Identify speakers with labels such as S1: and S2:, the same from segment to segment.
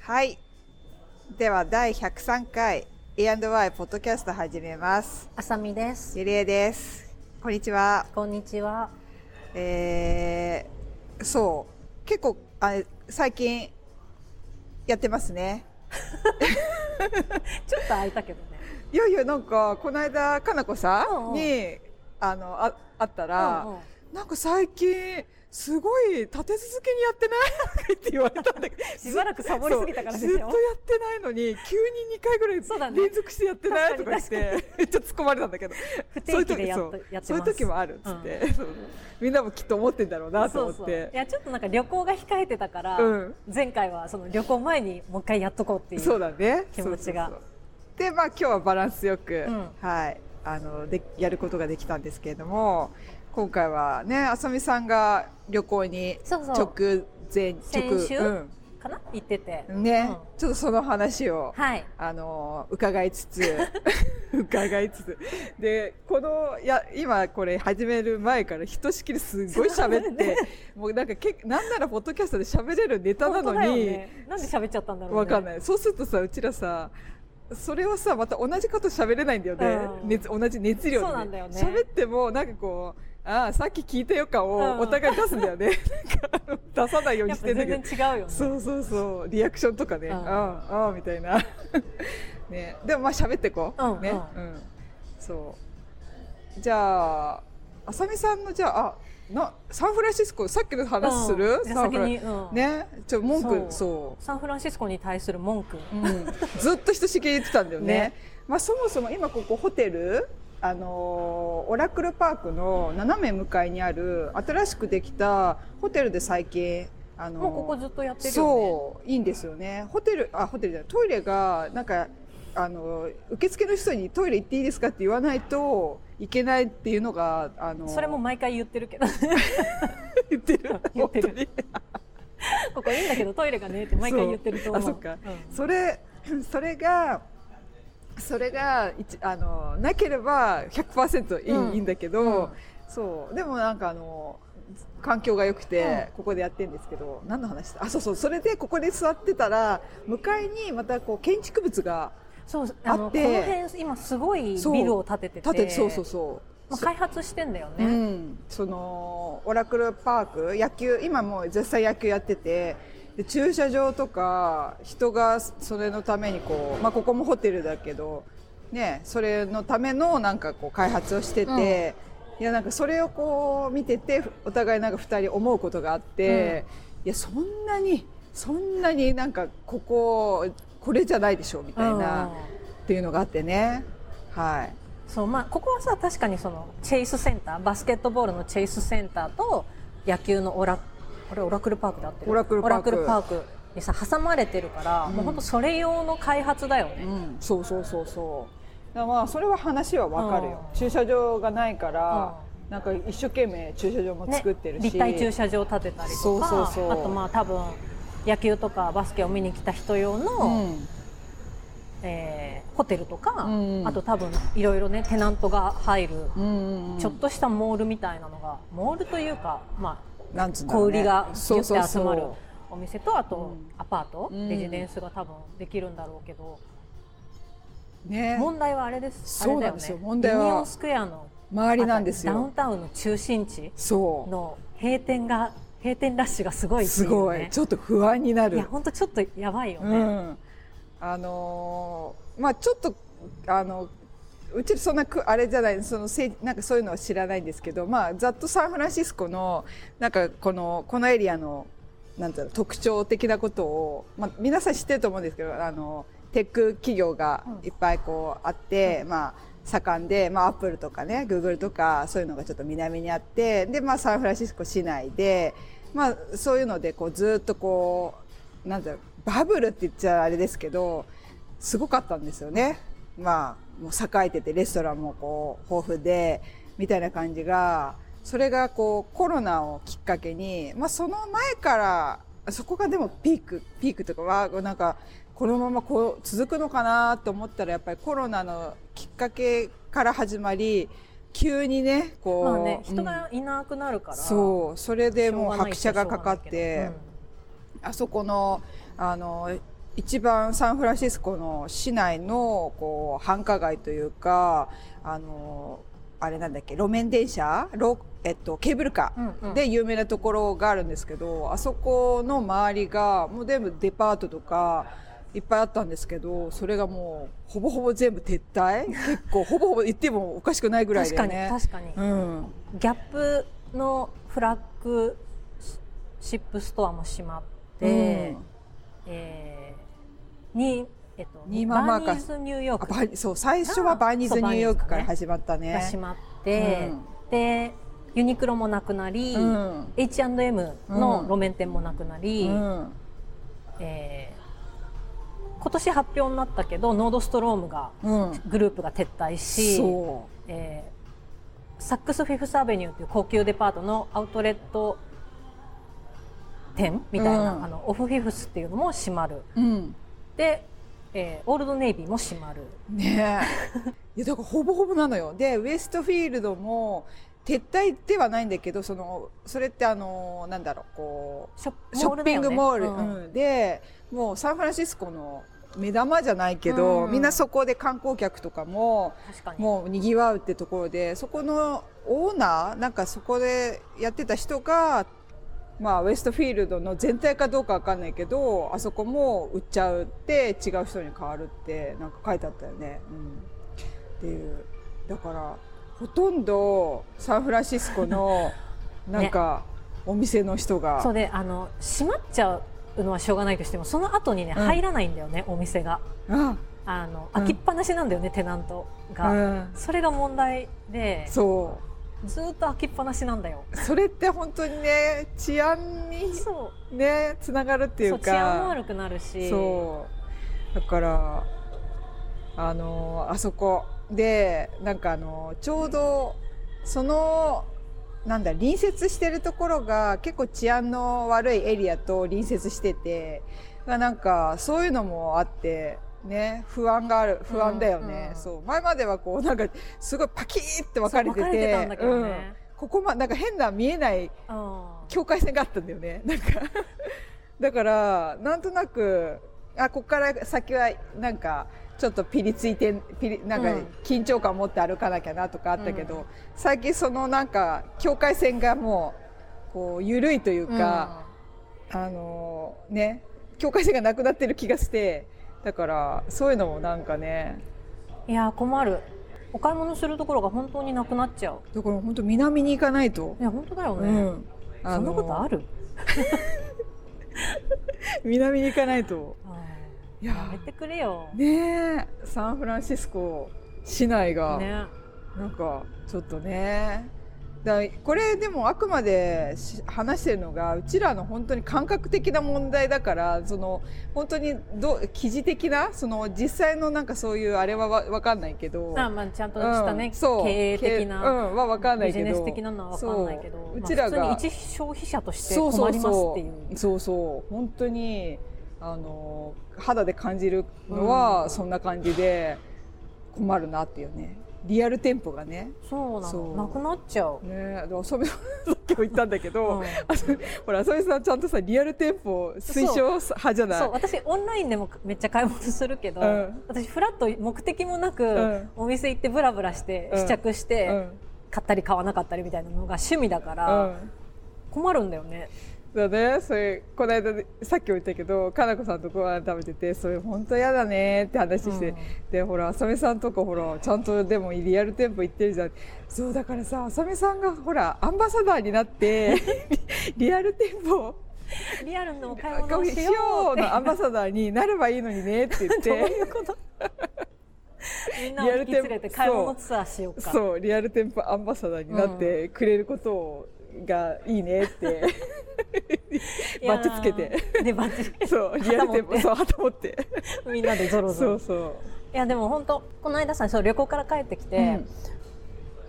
S1: はいでは第103回 E&Y ポッドキャスト始めます
S2: あさみです。
S1: ゆりえですこんにちは
S2: こんにちは。
S1: えー、そう結構あ最近やってますね
S2: ちょっと空いたけどね。
S1: いやいやなんかこの間かなこさ
S2: うんうん
S1: んに、あのあ会ったら、
S2: うんうん
S1: なんか最近すごい立て続けにやってないって言われたんだけど
S2: しばらくサボりすぎたからでしょ
S1: そうずっとやってないのに急に2回ぐらい
S2: そうだね
S1: 連続してやってないとか言っ
S2: 確か
S1: てめっちゃ突っ込まれたんだけど
S2: 不定期でやっと
S1: そういう時そう
S2: やってます
S1: そういう時もあるっつって、そうみんなもきっと思ってんだろうなと思って
S2: いやちょっとなんか旅行が控えてたから、
S1: うん
S2: 前回はその旅行前にもう一回やっとこうっていう。
S1: そうだね
S2: 気持ちが
S1: そうそうそうでまあ今日はバランスよく、
S2: うん
S1: はいあのでやることができたんですけれども今回はねあさみさんが旅行に
S2: そうそう
S1: 直前直
S2: 先週かな行ってて。
S1: うん、ね、
S2: う
S1: ちょっとその話を、
S2: はい。
S1: あの伺いつつ 伺いつつでこのいや今これ始める前からひとしきりすごい喋
S2: そ
S1: っ
S2: うだ
S1: て
S2: ね
S1: もうなんかけなんならポッドキャストで喋れるネタなの
S2: 本当だよ
S1: に、
S2: ね、なんで喋っちゃったんだろう、ね。
S1: わかん
S2: い。
S1: ない。そうするとさ、うちらさ、それをさ、また同じこと喋れないんだよね。
S2: うん
S1: 熱同じ熱量で、
S2: そうなんだよね
S1: 喋っても、なんかこう、ああ、さっき聞いたよ感
S2: うん
S1: をお互い出すんだよね。 なんか、出さないように
S2: やっ
S1: し
S2: ぱ
S1: てんだ
S2: 全
S1: けど
S2: 然。違うよね。
S1: そうそうそう。リアクションとかね。
S2: う
S1: うんん、ああ、みたいな。 ね。でもまあ喋ってこう。
S2: うん
S1: ね、
S2: う
S1: うん。そう。じゃあ、あさみさんの、じゃあ、あ、な、サンフランシスコ、さっきの話する、
S2: うんじゃあ
S1: サンフラ
S2: 先にうん
S1: ね。ちょ、文句、
S2: そう
S1: そう
S2: サンフランシスコに対する文句。
S1: うんずっとひとしきり言ってたんだよね。
S2: ね
S1: まあそもそも今ここホテル、あのーオラクルパークの斜め向かいにある新しくできたホテルで最近、あのー
S2: もうここずっとやってるよ
S1: そう、いいんですよね。ホテル、あ、ホテルじゃない、トイレが、なんか、あのー、受付の人にトイレ行っていいですかって言わないといけないっていうのが、あの
S2: ね。
S1: ー
S2: それも毎回言ってるけど、
S1: 言ってる。
S2: 言ってる
S1: 本当に
S2: ここいいんだけどトイレがねって毎回言ってると思う。
S1: そうあそっか、
S2: うん
S1: それ それがそれが一あのなければ100%いい,、
S2: うん
S1: いいんだけど、
S2: うん
S1: そうでもなんかあの環境が良くて、ここでやってるんですけど何の話だあそうそうそれでここで座ってたら向かいにまたこう建築物が
S2: そうあの
S1: あっ
S2: こ
S1: て
S2: の辺今すごいビルを建ててて
S1: 建ててそうそうそう
S2: まあ、開発してんだよね、
S1: うん、そのオラクルパーク野球今もう絶対野球やっててで駐車場とか人がそれのためにこう、まあ、ここもホテルだけど、ね、それのためのなんかこう開発をしてて、いやなんかそれをこう見ててお互いなんか2人思うことがあって、いやそんなにそんなになんかこここれじゃないでしょみたいな、
S2: うん
S1: っていうのがあってね。はい
S2: そうまあ、ここはさ確かにそのチェイスセンターバスケットボールのチェイスセンターと野球のオラあれオラクルパークだってる
S1: オラクルパーク
S2: クにさ挟まれてるから、もう本当それ用の開発だよね、
S1: うん、そうそうそうそうだからまあそれは話はわかるよ、
S2: うん
S1: 駐車場がないから、なんか一生懸命駐車場も
S2: ね
S1: 作ってるし、
S2: 立体駐車場建てたりとか
S1: そうそうそう
S2: あとまあ多分野球とかバスケを見に来た人用の、えーホテルとか、
S1: うん
S2: あと多分いろいろねテナントが入る、
S1: うん、うんうん、
S2: ちょっとしたモールみたいなのがモールというか、ま
S1: なんつう
S2: あ、
S1: んだろ
S2: 小
S1: う
S2: 売
S1: ね
S2: りがギュ
S1: そうそう
S2: ッて集
S1: そう
S2: まるお店とあと
S1: うん
S2: アパート、
S1: うん
S2: レジデンスが多分できるんだろうけど、
S1: ね
S2: 問題はあれです
S1: そう
S2: あれ
S1: なん
S2: だよ
S1: で
S2: ね
S1: すよ問題は
S2: ユニオンスクエアの
S1: 周りなんです
S2: ダウン
S1: よ
S2: タウンの中心地
S1: そ
S2: の閉店が閉店ラッシュがすご
S1: う
S2: いって
S1: す
S2: う
S1: ごい
S2: ね
S1: ちょっと不安にないる
S2: や本当ちょっとやばいよね、
S1: うん、あのーまあちょっとあのうちそんなくあれじゃないそのせいなんかそういうのは知らないんですけど、まあ、ざっとサンフランシスコのなんかこのこのエリアのなんだろう特徴的なことを、まあ、皆さん知ってると思うんですけどあのテック企業がいっぱいこうあって、まあ、盛んで、まあ、アップルとかねグーグルとかそういうのがちょっと南にあってで、まあ、サンフランシスコ市内で、まあ、そういうのでこうずっとこうなんだろうバブルって言っちゃあれですけどすごかったんですよね。まあ、もう栄えててレストランもこう豊富でみたいな感じがそれがこうコロナをきっかけに、まあ、その前からそこがでもピークピークとかはなんかこのままこう続くのかなと思ったらやっぱりコロナのきっかけから始まり急にねこう、
S2: まあね
S1: うん
S2: 人がいなくなるから、
S1: そうそれでもう
S2: しょがない
S1: 拍
S2: っちゃ
S1: 車がかかっ
S2: しょうがな
S1: て
S2: いけどうん
S1: あそこのあの一番サンフランシスコの市内のこう繁華街というかあのあれなんだっけ路面電車ロ、えっと、ケーブルカー。
S2: うんうん
S1: で有名なところがあるんですけどあそこの周りがもう全部デパートとかいっぱいあったんですけどそれがもうほぼほぼ全部撤退結 構ほぼほぼ言ってもおかしくないぐらい
S2: 確
S1: で
S2: かに
S1: ね
S2: 確かに、
S1: うん、
S2: ギャップのフラッグシップストアも閉まって、
S1: うん
S2: えーに、えっと、
S1: ニーマ
S2: バ
S1: ンマ
S2: ー
S1: ー
S2: ニ
S1: カ
S2: ー
S1: ス
S2: ズニューヨ
S1: あ
S2: ーク
S1: バイそう最初はバーニーズニ
S2: そう
S1: ューヨークから
S2: バー
S1: 始まったね
S2: が閉まって、
S1: うん
S2: でユニクロもなくなり、
S1: うん、
S2: H&M の路面店もなくなり、
S1: うん
S2: えー今年発表になったけどノードストロームが
S1: うん、
S2: グループが撤退し、
S1: そ
S2: えーサックスフィフスアベニューという高級デパートのアウトレット店みたいな、
S1: うん
S2: あのオフフィフスっていうのも閉まる
S1: う、うん、
S2: で、えーオールドネイビーも閉まる
S1: ねえ いやだからほぼほぼなのよでウエストフィールドも撤退ではないんだけどそのそれってあのなんだろうこ
S2: ショ
S1: うショッピングモール
S2: だよね
S1: うんでもうサンフランシスコの目玉じゃないけど、
S2: うん
S1: みんなそこで観光客とかも
S2: 確かに
S1: もうにぎわうってところでそこのオーナーなんかそこでやってた人が、まあ、ウエストフィールドの全体かどうかわかんないけどあそこも売っちゃうって違う人に変わるってなんか書いてあったよね。うん、っていうだからほとんどサンフランシスコ のなんか、お店の人が
S2: そうであの閉まっちゃうのはしょうがないとしてもその後にね
S1: うん
S2: 入らないんだよね、お店が
S1: あ、
S2: あの
S1: うん
S2: 開きっぱなしなんだよね、テナント
S1: う
S2: が、
S1: ん、
S2: それが問題で
S1: そ
S2: ずーっと開きっぱなしなんだよ
S1: うそれって本当にね治安に
S2: そう
S1: ねつながるってい
S2: そうう
S1: か
S2: 治安も悪くなるし
S1: そうだからあのあそこでなんかあのちょうどそのなんだ隣接してるところが結構治安の悪いエリアと隣接しててまあなんかそういうのもあって。ね、不安がある不安だよね、
S2: うんうん
S1: そう前まではこうなんかすごいパキーって分
S2: そ
S1: か
S2: う
S1: れて
S2: 分かれてたん
S1: て
S2: だけど
S1: うん
S2: ね、
S1: ここまなんか変な見えない
S2: うん
S1: 境界線があったんだよねなんか だからなんとなくあここから先はなんかちょっとピリついてピリなんか
S2: うん
S1: 緊張感を持って歩かなきゃなとかあったけど、最近そのなんか境界線がもうこう緩いというか、あのね境界線がなくなってる気がしてだからそういうのもなんかね
S2: うんいやー困るお買い物するところが本当になくなっちゃう
S1: だから本当南に行かないと
S2: い。や本当だよ
S1: う
S2: ね、
S1: んあ
S2: そんな
S1: の
S2: ことある、
S1: 南に行かないと
S2: うん
S1: いやー
S2: やめてくれよ、
S1: ねえサンフランシスコ市内が、
S2: ね
S1: なんかちょっとねだこれでもあくまでし話してるのがうちらの本当に感覚的な問題だからその本当にど記事的なその実際のなんかそういうあれはわわかんないけど。
S2: まあまあちゃんとしたね、
S1: うんそう
S2: 経営的
S1: けう
S2: な、
S1: ん、はわかんない
S2: ビ
S1: け
S2: ジ
S1: ど
S2: ネス的なのは分かんないけど、
S1: そう
S2: まあ
S1: うちらが、
S2: 普通に一消費者として困りますって
S1: そうそ
S2: いう
S1: うそうそう本当にあの肌で感じるのはそんな感じで困るなっていうねリアル店舗がね
S2: そうな
S1: そう
S2: のなくなっちゃう、
S1: ねで 遊びさっきも言ったんだけど、
S2: うん
S1: あそうほら遊びさんちゃんとさリアル店舗推奨派じゃない
S2: そう私オンラインでもめっちゃ買い物するけど、
S1: うん
S2: 私フラッと目的もなく、
S1: ん
S2: お店行ってブラブラして
S1: うん
S2: 試着して、
S1: うん
S2: 買ったり買わなかったりみたいなのが趣味だか
S1: う
S2: ら、
S1: ん
S2: 困るんだよね
S1: だね、それこの間ねさっきも言ったけどかなこさんとご飯食べててそれ本当嫌だねって話して、
S2: うん
S1: でほらあさみさんとかほらちゃんとでもリアル店舗行ってるじゃんそうだからさあさみさんがほらアンバサダーになって リアル店舗
S2: リアルのお買い
S1: 赤
S2: 物を
S1: を
S2: し
S1: し
S2: よ
S1: よ
S2: うっ
S1: う
S2: て
S1: のアンバサダーになればいいのにねって言っ
S2: どう
S1: て
S2: いうこと みんなを引き連れて買い物ツアーしようか
S1: そうリアル店舗アンバサダーになってくれることをがいいねって、
S2: い や
S1: バ
S2: ー
S1: ッチつけて
S2: でバッチつけて
S1: そうリアル店舗そう旗持って
S2: みんなでゾロゾ
S1: そ
S2: ロ
S1: うそう。
S2: いやでも本当この間さそう旅行から帰ってきて、
S1: うん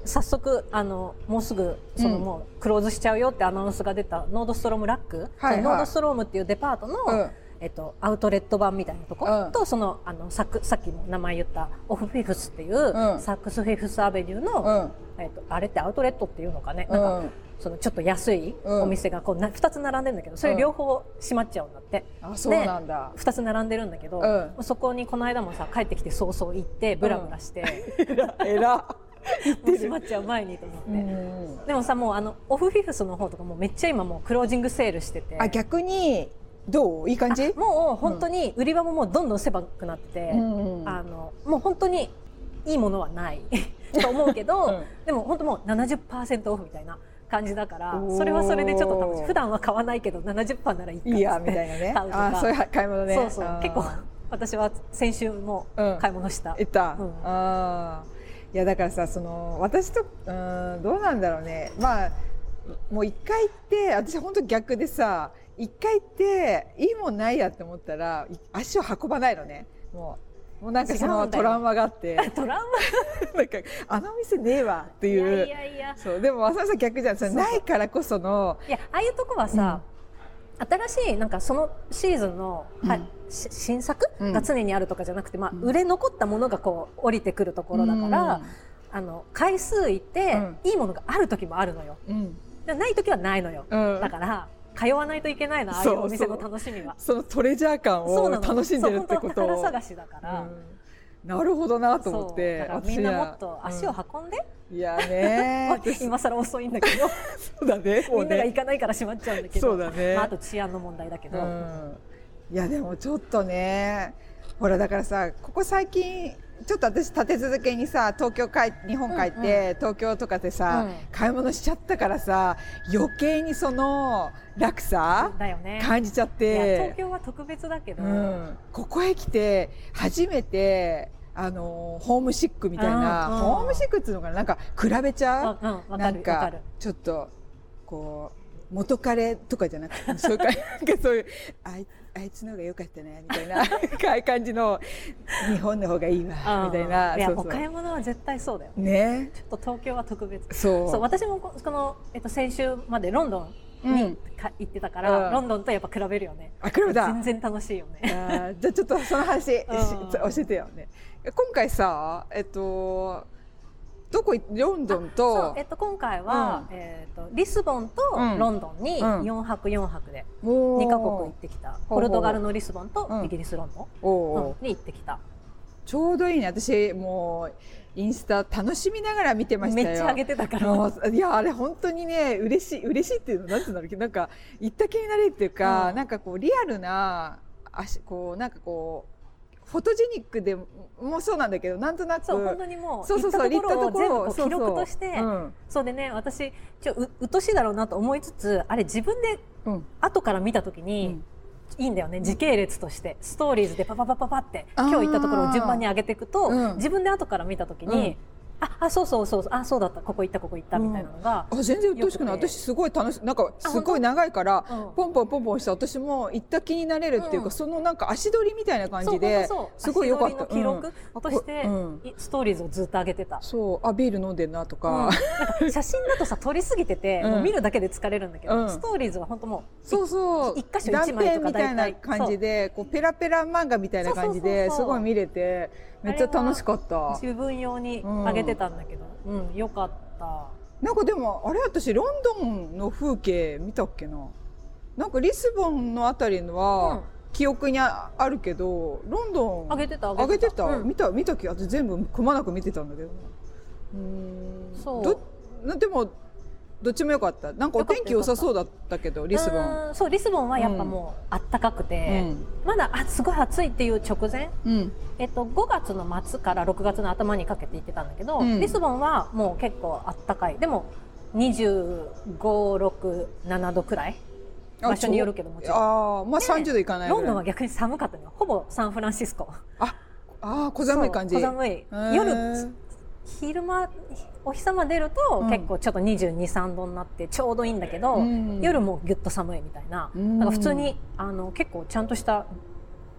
S2: 早速あのもうすぐその、
S1: うん
S2: もうクローズしちゃうよってアナウンスが出たノードストロームラック、
S1: はいはい
S2: そのノードストロームっていうデパートの、
S1: うん
S2: えっと、アウトレット版みたいなとこ、
S1: うん
S2: とそのあのサックさっきも名前言ったオフフィフスっていう、
S1: うん
S2: サックスフィフスアベニュー
S1: う
S2: の、
S1: ん
S2: えっと、あれってアウトレットっていうのかねなんか、
S1: うん
S2: そのちょっと安い
S1: うん
S2: お店がこうな2つ並んでるんだけどそれ両方閉まっちゃうんだって、
S1: あそうなんだ、
S2: 2つ並んでるんだけど、
S1: う
S2: そこにこの間もさ帰ってきて早々行ってブラブ ラして、
S1: えら
S2: もう閉まっちゃう前にと思って。
S1: うん
S2: でもさもうあのオフフィフスの方とかもうめっちゃ今もうクロージングセールしてて
S1: あ逆にどういい感じ
S2: あもう本当に売り場ももうどんどん狭くなってて、
S1: うん
S2: あのもう本当にいいものはない と思うけど、
S1: うん
S2: でも本当もう70%オフみたいな感じだから
S1: おー
S2: それはそれでちょっと楽しい普段は買わないけど70%ならいいかっつって
S1: いいやみたいなね
S2: 買うとか
S1: あそういう買い物ね
S2: そうそう
S1: あー
S2: 結構私は先週も
S1: うん
S2: 買い物した、
S1: 行った、
S2: うん
S1: あーいやだからさその私とうんどうなんだろうねまあもう一回行って私本当逆でさ一回行っていいもんないやって思ったらい足を運ばないのねもうもうなんかそ
S2: 違う
S1: の
S2: んだよ
S1: トラウマがあって
S2: トラウ
S1: なんかあの店ねえわって
S2: マ
S1: い
S2: いうやいやいや
S1: そうでも浅野さん逆じゃんそれ
S2: そうそう
S1: ないからこその
S2: いやああいうとこはさ、新しいなんかそのシーズンの、は
S1: うん
S2: し新作
S1: うん
S2: が常にあるとかじゃなくて、まあ、
S1: うん
S2: 売れ残ったものがこう降りてくるところだから、あの回数いって、いいものがある時もあるのよ
S1: うん、うん
S2: でない時はないのよ、
S1: うん
S2: だから通わないといけないなああい
S1: そうそう
S2: うお店の楽しみは
S1: そのトレジャー感を
S2: なの
S1: 楽しんでるって
S2: そう
S1: こ
S2: 本
S1: と
S2: 当は宝
S1: を
S2: 探しだから、
S1: うんなるほどなと
S2: そう
S1: 思って
S2: だから
S1: 私
S2: みんなもっと足を運んで、
S1: うんいや ね私
S2: 今更遅いんだけど、
S1: そうだねも
S2: み
S1: うん
S2: なが
S1: ね
S2: 行かないから閉まっちゃうんだけど
S1: そうだね
S2: まあ、あと治安の問題だけど、
S1: うんいやでもちょっとねほらだからさここ最近ちょっと私立て続けにさ東京帰日本帰って、
S2: うんう
S1: 東京とかでさ、
S2: うん
S1: 買い物しちゃったからさ余計にその楽さ
S2: だよね
S1: 感じちゃっ
S2: いや
S1: て
S2: 東京は特別だけど、
S1: うん、ここへ来て初めてあのホームシックみたいな、
S2: うんうん
S1: ホームシックっていうのかななんか比べち
S2: あ
S1: ゃう
S2: うん、わ
S1: な
S2: か
S1: ん
S2: るわか
S1: か
S2: る
S1: ちょっとこう元彼とかじゃな くてそういうかなんかそういうあいあいつの方が良かったねみたいな ああいう感じの日本の方がいいわ
S2: う
S1: み
S2: ん
S1: たいな。
S2: いや
S1: そうそう
S2: お買い物は絶対そうだよ
S1: ね
S2: ちょっと東京は特別
S1: そう
S2: そう私もここの、えっと、先週までロンドン
S1: うん、
S2: か行ってたから、
S1: うん
S2: ロンドンとやっぱ比べるよね
S1: あ比べた
S2: 全然楽しいよ
S1: あ
S2: ね
S1: ーじゃあちょっとその話、し
S2: うん
S1: 教えてよね今回さえっとどこいロンドンと
S2: そう、えっと、今回は、
S1: う
S2: えっと、リスボンと
S1: うん
S2: ロンドンに
S1: うん
S2: 4泊4泊で
S1: 2
S2: 2カ国行ってきた、
S1: ほう
S2: ポルトガルのリスボンと
S1: うん
S2: イギリスロンドン、
S1: お
S2: うん
S1: おー、
S2: に行ってきた
S1: ちょうどいいね私もうインスタ楽しみながら見てました
S2: め
S1: よ
S2: っちゃ上げてたから
S1: もういやあれ本当にね嬉しい嬉しいっていうのなんつうんだろうけどなんか行った気になれるっていうか、
S2: うん
S1: なんかこうリアルなあしこうなんかこうフォトジェニックでももそうなんだけどなんとなく
S2: そう本当にもう
S1: そうそうそう
S2: 行ったところを全部こ
S1: そ
S2: う
S1: うそう
S2: 記録として
S1: うん
S2: そうでね私ちょううっとうしいだろうなと思いつつあれ自分で
S1: うん
S2: 後から見た時に、いいんだよね時系列としてストーリーズでパパパパパって
S1: あー
S2: 今日行ったところを順番に上げていくと、
S1: うん
S2: 自分で後から見た時に、
S1: うん
S2: ああそうそうそうそうあそうだったここ行ったここ行ったみたいなのが、
S1: あ全然うっとうしくない
S2: よくて
S1: 私すごい楽しいなんか
S2: 当
S1: すごい長いから
S2: うん
S1: ポンポンポンポンして私も行った気になれるっていうか、
S2: うん
S1: そのなんか足取りみたいな感
S2: そう
S1: じで
S2: そうそう
S1: すごい良かった
S2: 足取りの記
S1: う
S2: 録
S1: ん
S2: として、
S1: あこうん
S2: いストーリーズをずっと上げてた。
S1: そうあビール飲んでんなと
S2: うん
S1: か、
S2: なんか写真だとさ撮りすぎてて、
S1: うん
S2: もう見るだけで疲れるんだけど、
S1: うん
S2: ストーリーズは本当もう
S1: そうそう
S2: 一箇所一枚とか
S1: 断片みたいな
S2: 大体
S1: 感じでこうペラペラ漫画みたいな感じです
S2: そうそうそうそう
S1: ごい見れてめっちゃ楽しかった
S2: 自分用に上げてたんだけど、うんよかった
S1: なんかでもあれ私ロンドンの風景見たっけななんかリスボンのあたりの
S2: う
S1: は
S2: ん
S1: 記憶にああるけどロンドン
S2: 上げてた
S1: 上げてた、
S2: うん
S1: 見た見た気が私全部くまなく見てたんだけどうーん
S2: そう
S1: どなでもどっちも良かったなんかお天気良さそうだったけどリスボン
S2: うんそうリスボンはやっぱもうあったかくて、まだあすごい暑いっていう直前、
S1: うん、うん、
S2: えっと、5月の末から6月の頭にかけて行ってたんだけど、
S1: うん
S2: リスボンはもう結構あったかいでも25667度くらい
S1: あ
S2: 場所によるけどもちろん
S1: ああまあ
S2: ね
S1: 三十度いかないぐら
S2: ロ
S1: い
S2: ンドンは逆に寒かったのよほぼサンフランシスコ
S1: ああー小寒い感じ
S2: そう小寒い
S1: へ
S2: 夜
S1: ー
S2: 昼間お日様出ると
S1: うん
S2: 結構ちょっと2 2三3度になってちょうどいいんだけど、
S1: うん
S2: 夜もぎゅっと寒いみたいな,、
S1: うん
S2: なんか普通にあの結構ちゃんとした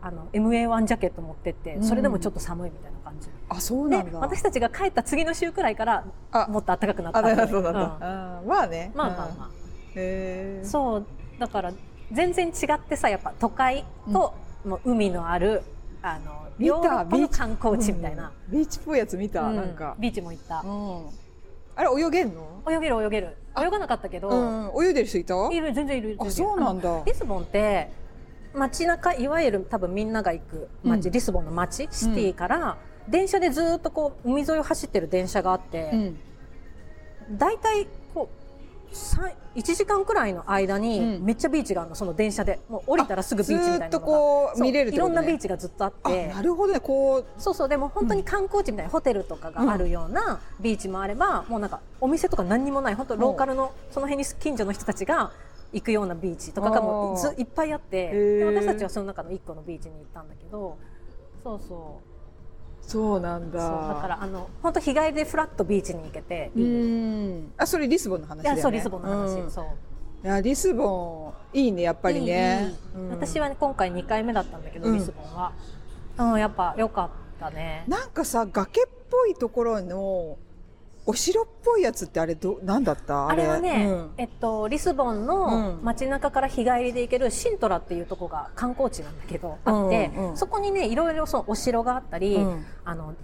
S2: あの MA1 ジャケット持ってってそれでもちょっと寒いみたいな感じ、
S1: あそう
S2: で
S1: なんだ
S2: 私たちが帰った次の週くらいから
S1: あ
S2: もっと暖かくなった
S1: あ
S2: ってい
S1: だそうなんだ、
S2: うんま
S1: あーまあね
S2: あまあまあ、
S1: うんへえ
S2: そうだから全然違ってさやっぱ都会と、もう海のあるあの
S1: 見た
S2: ヨーロッパの観光地みたいな、
S1: ビーチっぽいやつ見た、
S2: うん
S1: なんか、
S2: ビーチも行った
S1: う、ん、あれ泳げんの、
S2: 泳げる泳げる泳がなかったけど、
S1: うん、泳いでる人いた
S2: いる全然いる全然いる
S1: あそうなんだ
S2: のリスボンって街中いわゆる多分みんなが行く街、
S1: うん
S2: リスボンの街シティから、電車でずーっとこう海沿いを走ってる電車があって、
S1: うん
S2: 大体こうさん1時間くらいの間に
S1: うん
S2: めっちゃビーチがあるのその電車でもう降りたらすぐビーチみたいなのが
S1: ずーっとこう
S2: そ
S1: 見れるって
S2: い
S1: こと
S2: ろ
S1: ね
S2: んなビーチがずっとあっ
S1: あ
S2: て
S1: なるほどねこ
S2: そうそうでも本当に観光地みたいな、ホテルとかがあるようなビーチもあればもうなんかお店とか何にもない本当ローカルのその辺に近所の人たちが行くようなビーチとかがもうず
S1: あー
S2: いっぱいあって
S1: へ
S2: で
S1: ー
S2: 私たちはその中の1個のビーチに行ったんだけどそうそう
S1: うそうなんだ
S2: そうだからあの本当日帰りでフラッとビーチに行けて、
S1: う
S2: いい
S1: んあそれリスボンの話だよ
S2: や
S1: ね
S2: そうリスボンの話、
S1: うん
S2: そう。
S1: いやリスボンいいねやっぱりね
S2: いいいい
S1: うん
S2: 私はね今回2回目だったんだけど、
S1: うん
S2: リスボンはうんやっぱ良かったね
S1: なんかさ崖っぽいところのお城っぽいやつってあれどなんだった
S2: あ
S1: あれ
S2: れはね、
S1: うん
S2: えっと、リスボンの
S1: うん
S2: 街中から日帰りで行けるシントラっていうとこが観光地なんだけどあって、
S1: うんうん
S2: そこにねいろいろそのお城があったり、
S1: うん
S2: あの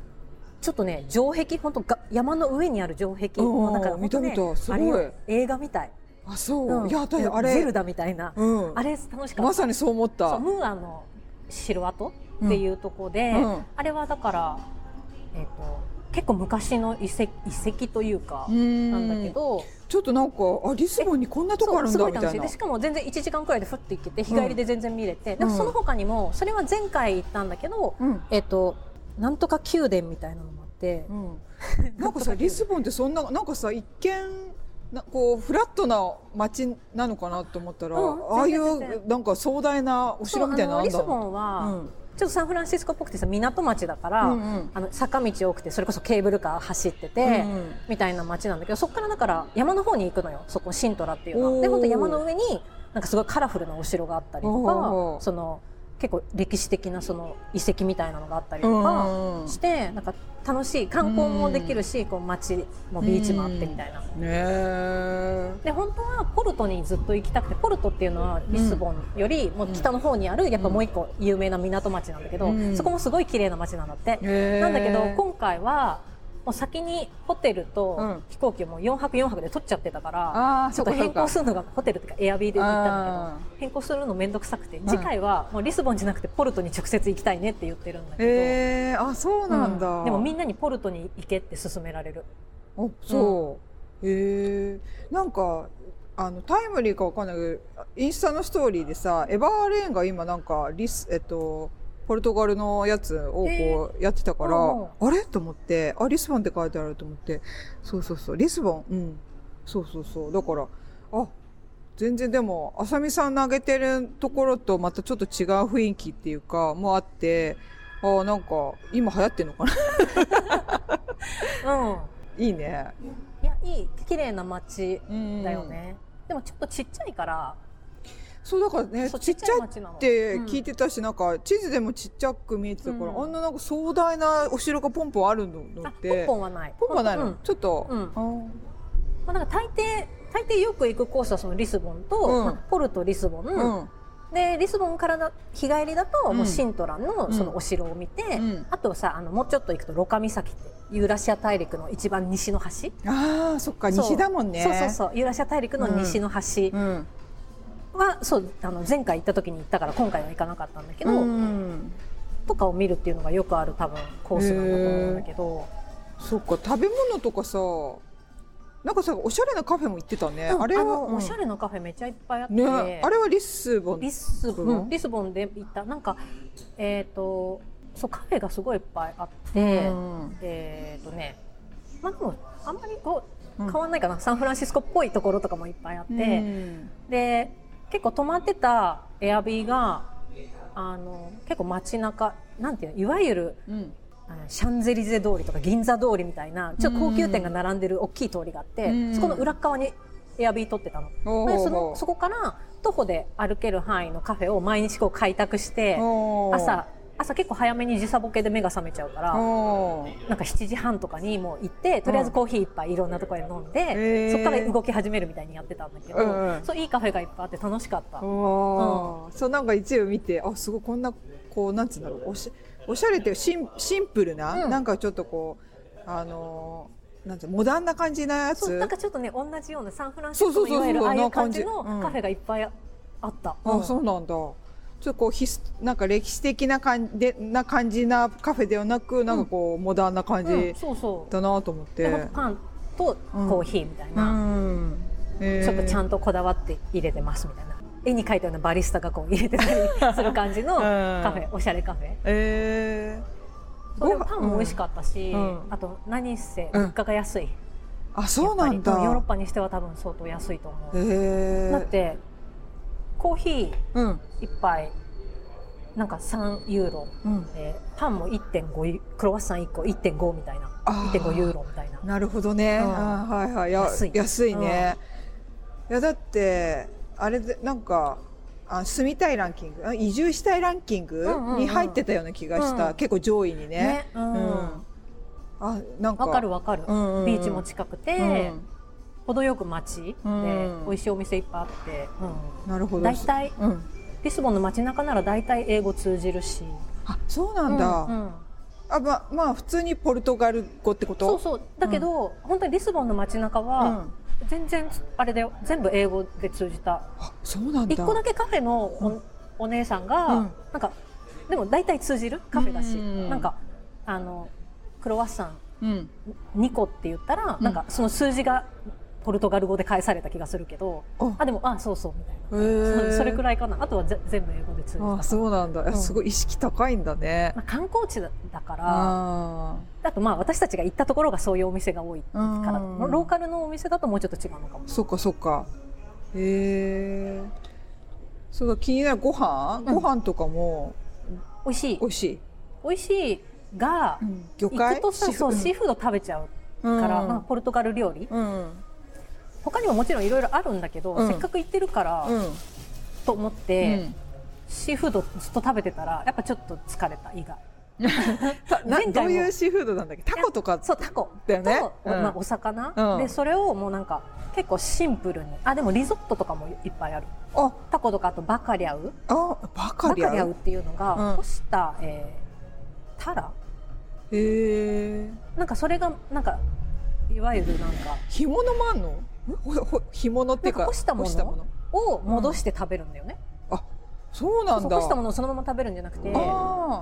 S2: ちょっとね城壁本当が山の上にある城壁の中
S1: うんうん見た
S2: 本当ね
S1: 見たすごい
S2: あれよ映画みたい、
S1: あそう、
S2: うん
S1: いやだあれ
S2: ゼルダみたいな、
S1: うん
S2: あれ楽しかった
S1: まさにそう思った
S2: そうムーアの城跡っていうとこで、
S1: うんうん
S2: あれはだから、えっと結構昔の遺跡遺跡というか
S1: うん
S2: なんだけど
S1: ちょっとなんかあリスボンにこんなとこあ
S2: そう
S1: るん
S2: す
S1: だ
S2: ご
S1: み
S2: い
S1: た
S2: 楽し
S1: い
S2: い
S1: な
S2: でしかも全然1時間くらいでふって行けて日帰りで全然見れて、でも
S1: うん
S2: その他にもそれは前回行ったんだけど、
S1: うん
S2: えっとなんとか宮殿みたいなのもあって、
S1: うん、なんかさリスボンってそんななんかさ一見なこうフラットな街なのかなと思ったら、
S2: うん
S1: ああい
S2: 全然全
S1: うなんか壮大なお
S2: そう
S1: 城みたいなのあ
S2: あ
S1: ん
S2: のリ
S1: だ
S2: スボンは、
S1: うん
S2: ちょっとサンフランシスコっぽくてさ港町だから、
S1: うんうん
S2: あの坂道多くてそれこそケーブルカー走ってて、
S1: うんうん
S2: みたいな町なんだけどそこからだから山の方に行くのよそこシントラっていうの
S1: お
S2: は。
S1: ー
S2: で本当山の上になんかすごいカラフルなお城があったりと
S1: お
S2: か
S1: ー
S2: その結構歴史的なその遺跡みたいなのがあったりと
S1: うんう
S2: か
S1: ん
S2: して、なんか楽しい観光もできるし、こう街もビーチもあってみたいな。
S1: ねえ
S2: で本当はポルトにずっと行きたくてポルトっていうのはリスボンよりもう北の方にあるやっぱもう一個有名な港町なんだけど、
S1: うん
S2: そこもすごい綺麗な町なんだって、
S1: へー
S2: なんだけど今回はもう先にホテル
S1: う
S2: と
S1: ん
S2: 飛行機をもう4泊4泊で取っちゃってたから、
S1: ああ
S2: ち
S1: そ
S2: ょ
S1: う
S2: っと
S1: かそ
S2: 変
S1: う
S2: 更
S1: か
S2: するのがホテルとかエアビーで行ったんだ
S1: あ
S2: けど変更するの面倒くさくて次回はもうリスボンじゃなくてポルトに直接行きたいねって言ってるんだけど、
S1: えー、あそうなんだ、
S2: うんでもみんなにポルトに行けって勧められる。
S1: あそう、へえなんかあのタイムリーかわかんないけどインスタのストーリーでさエバーレーンが今なんかリスえっとポルトガルのやつをこうやってたから、
S2: う
S1: あれと思ってあリスボンって書いてあると思ってそうそうそうリスボンうんそうそうそうだからあ全然でも浅見さん投げてるところとまたちょっと違う雰囲気っていうかもあってあーなんか今流行ってんのかな
S2: うん
S1: いいね
S2: いやいい綺麗な街
S1: うん
S2: だよね、でもちょっとちっちゃいから
S1: そうだからね
S2: そう
S1: ちっちゃいっ
S2: 町なの
S1: て
S2: うん
S1: 聞いてたし、なんか地図でもちっちゃく見えてたから、
S2: うん
S1: あんななんか壮大なお城がポンポンあるの
S2: あ
S1: っ
S2: ポン
S1: て
S2: ポンはない
S1: ポンポンはないの、
S2: うん
S1: ちょっと、
S2: うん
S1: あ
S2: まあ、なんか大抵大抵よく行くコースはそのリスボンと、
S1: うん
S2: まあポルトリスボン、
S1: ーうん
S2: でリスボンからだ日帰りだと、
S1: うん
S2: もうシントラ
S1: う
S2: の
S1: ん
S2: そのお城を見て、
S1: うん
S2: あとさあのもうちょっと行くとロカ岬ってユーラシア大陸の一番西の端、
S1: あーそっか
S2: そう
S1: 西だもんね
S2: そうそうそうユーラシア大陸の西の端
S1: うん
S2: は、そうあの前回行った時に行ったから今回は行かなかったんだけど、
S1: うん
S2: とかを見るっていうのがよくある多分コースなんだと思うんだけど。
S1: そっか食べ物とかさなんかさおしゃれなカフェも行ってたね、
S2: うん
S1: あれは
S2: の
S1: うん
S2: おしゃれなカフェめちゃいっぱいあって、
S1: ね、あれはリスボン
S2: リスボン、
S1: うん
S2: リスボンで行ったなんかえっ、とそうカフェがすごいいっぱいあって、
S1: うん
S2: えっ、とねまあでもあんまりこう
S1: うん
S2: 変わんないかな、サンフランシスコっぽいところとかもいっぱいあって、
S1: うん
S2: で結構泊まってたエアビーがあの結構街中なんていうのいわゆる
S1: うん
S2: あのシャンゼリゼ通りとか銀座通りみたいなちょっと高級店が並んでる大きい通りがあって、
S1: うん
S2: そこの裏側にエアビー取ってたの。
S1: おー
S2: でそのそこから徒歩で歩ける範囲のカフェを毎日こう開拓して
S1: おー
S2: 朝朝結構早めに時差ボケで目が覚めちゃうから、
S1: おー
S2: なんか7時半とかにもう行ってとりあえずコーヒー一杯いろんなところで飲んで、
S1: へー
S2: そこから動き始めるみたいにやってたんだけど、
S1: うんうん
S2: そういいカフェがいっぱいあって楽しかった、
S1: おーそうなんか一部見てあすごいこんなこうなんつうんだろうおしおしゃれっていうかシンシンプルな、
S2: うん
S1: なんかちょっとこうあのーなんつうのモダンな感じなや
S2: そう
S1: つ
S2: なんかちょっとね同じようなサンフランシスコ
S1: そう
S2: の
S1: そう
S2: い
S1: そう
S2: わゆるああいう
S1: な感
S2: 感
S1: じ
S2: じの
S1: うん
S2: カフェがいっぱいあった、
S1: あ、
S2: うん
S1: そうなんだちょっとこうヒスなんか歴史的な感じでな感じなカフェではなくなんかこう、モダンな感
S2: うん
S1: じ
S2: そうそう
S1: だなと思って、
S2: でほんとパンとコーヒーみたいな、
S1: んえー
S2: ちょっとちゃんとこだわって入れてますみたいな絵に描いたようなバリスタがこう入れてたりする感じの
S1: うん
S2: カフェ、おしゃれカフェ
S1: えー、
S2: それパンも美味しかったし、
S1: うんうん
S2: あと何せ
S1: うん
S2: 物価が安い、
S1: た、あそうなんだ
S2: やっぱりヨーロッパにしては多分相当安いと思う、
S1: えー、
S2: だってコーヒー
S1: うん
S2: 一杯なんか3ユーロ
S1: うん
S2: でパンも1.5ユクロワッサン1個1.5みたいな
S1: あー
S2: 1.5ユーロみたいな
S1: なるほどね、
S2: うん
S1: あーはいはいや安
S2: 安
S1: い
S2: い
S1: ね、いやだってあれでなんかあ住みたいランキングあ移住したいランキング
S2: うんうんうん
S1: に入ってたような気がした、
S2: うん
S1: 結構上位にね
S2: ねう
S1: うんんあなんか
S2: わかるわかる、
S1: うんうんうん
S2: ビーチも近くて、程よく街で、
S1: うん
S2: 美味しいお店いっぱいあって、
S1: うん、なるほ
S2: うん、
S1: ど
S2: 大体
S1: うん、
S2: リスボンの街中なら大体英語通じるし
S1: あそうなんだ、
S2: うんうん
S1: あままあ普通にポルトガル語ってこと
S2: そうそうだけど、本当にリスボンの街中は、全然あれで全部英語で通じた
S1: あそうなんだ
S2: 一個だけカフェのお,、お姉さんが、
S1: うん
S2: なんかでも大体通じるカフェだし、
S1: うん
S2: なんかあのクロワッサ
S1: うん
S2: ン2個って言ったら、
S1: うん
S2: なんかその数字がポルトガル語で返された気がするけど、
S1: あ
S2: あでもあそうそうみたいな、
S1: へー
S2: そそれくらいかなあとはぜ全部英語で通じた
S1: あそうなんだ、いや
S2: うん
S1: すごい意識高いんだね、
S2: まあ、観光地だだから
S1: ああ
S2: あとまあ私たちが行ったところがそういうお店が多いから、
S1: うん
S2: ローカルのお店だともうちょっと違うのかも
S1: そっかそっか。へえ。そうだ気になるご飯、
S2: うん
S1: ご飯とかも
S2: 美味しい
S1: 美味しい。
S2: 美味しいが、
S1: 魚
S2: 行
S1: 介
S2: くとさそうシーフード食べちゃう
S1: うん
S2: から、まあ、ポルトガル料理、
S1: うん
S2: 他にももちろんいろいろあるんだけど、
S1: うん
S2: せっかく行ってるから、
S1: うん
S2: と思っ
S1: う
S2: て、
S1: ん。
S2: シーフードずっと食べてたらやっぱちょっと疲れた胃が
S1: たな
S2: 前回も
S1: どういうシーフードなんだっけ？タコとか。
S2: そうタコ
S1: だよね
S2: と、
S1: うん
S2: まあ、お魚、
S1: うん
S2: でそれをもうなんか結構シンプルにあでもリゾットとかもいっぱいある
S1: あ
S2: タコとかあとバカリャウ
S1: あバカリ
S2: バカリ
S1: ャ
S2: ャウっ
S1: ウ。
S2: ていうのが、
S1: うん
S2: 干した、えータラ
S1: へえ。
S2: なんかそれがなんかいわゆるなんか
S1: 干物もあんの？ほほ干物っていうか
S2: なんか干したものを戻して食べるんだよね、
S1: そう
S2: そ
S1: な
S2: うんそう
S1: だ。
S2: 干したものをそのまま食べるんじゃなくて
S1: ああ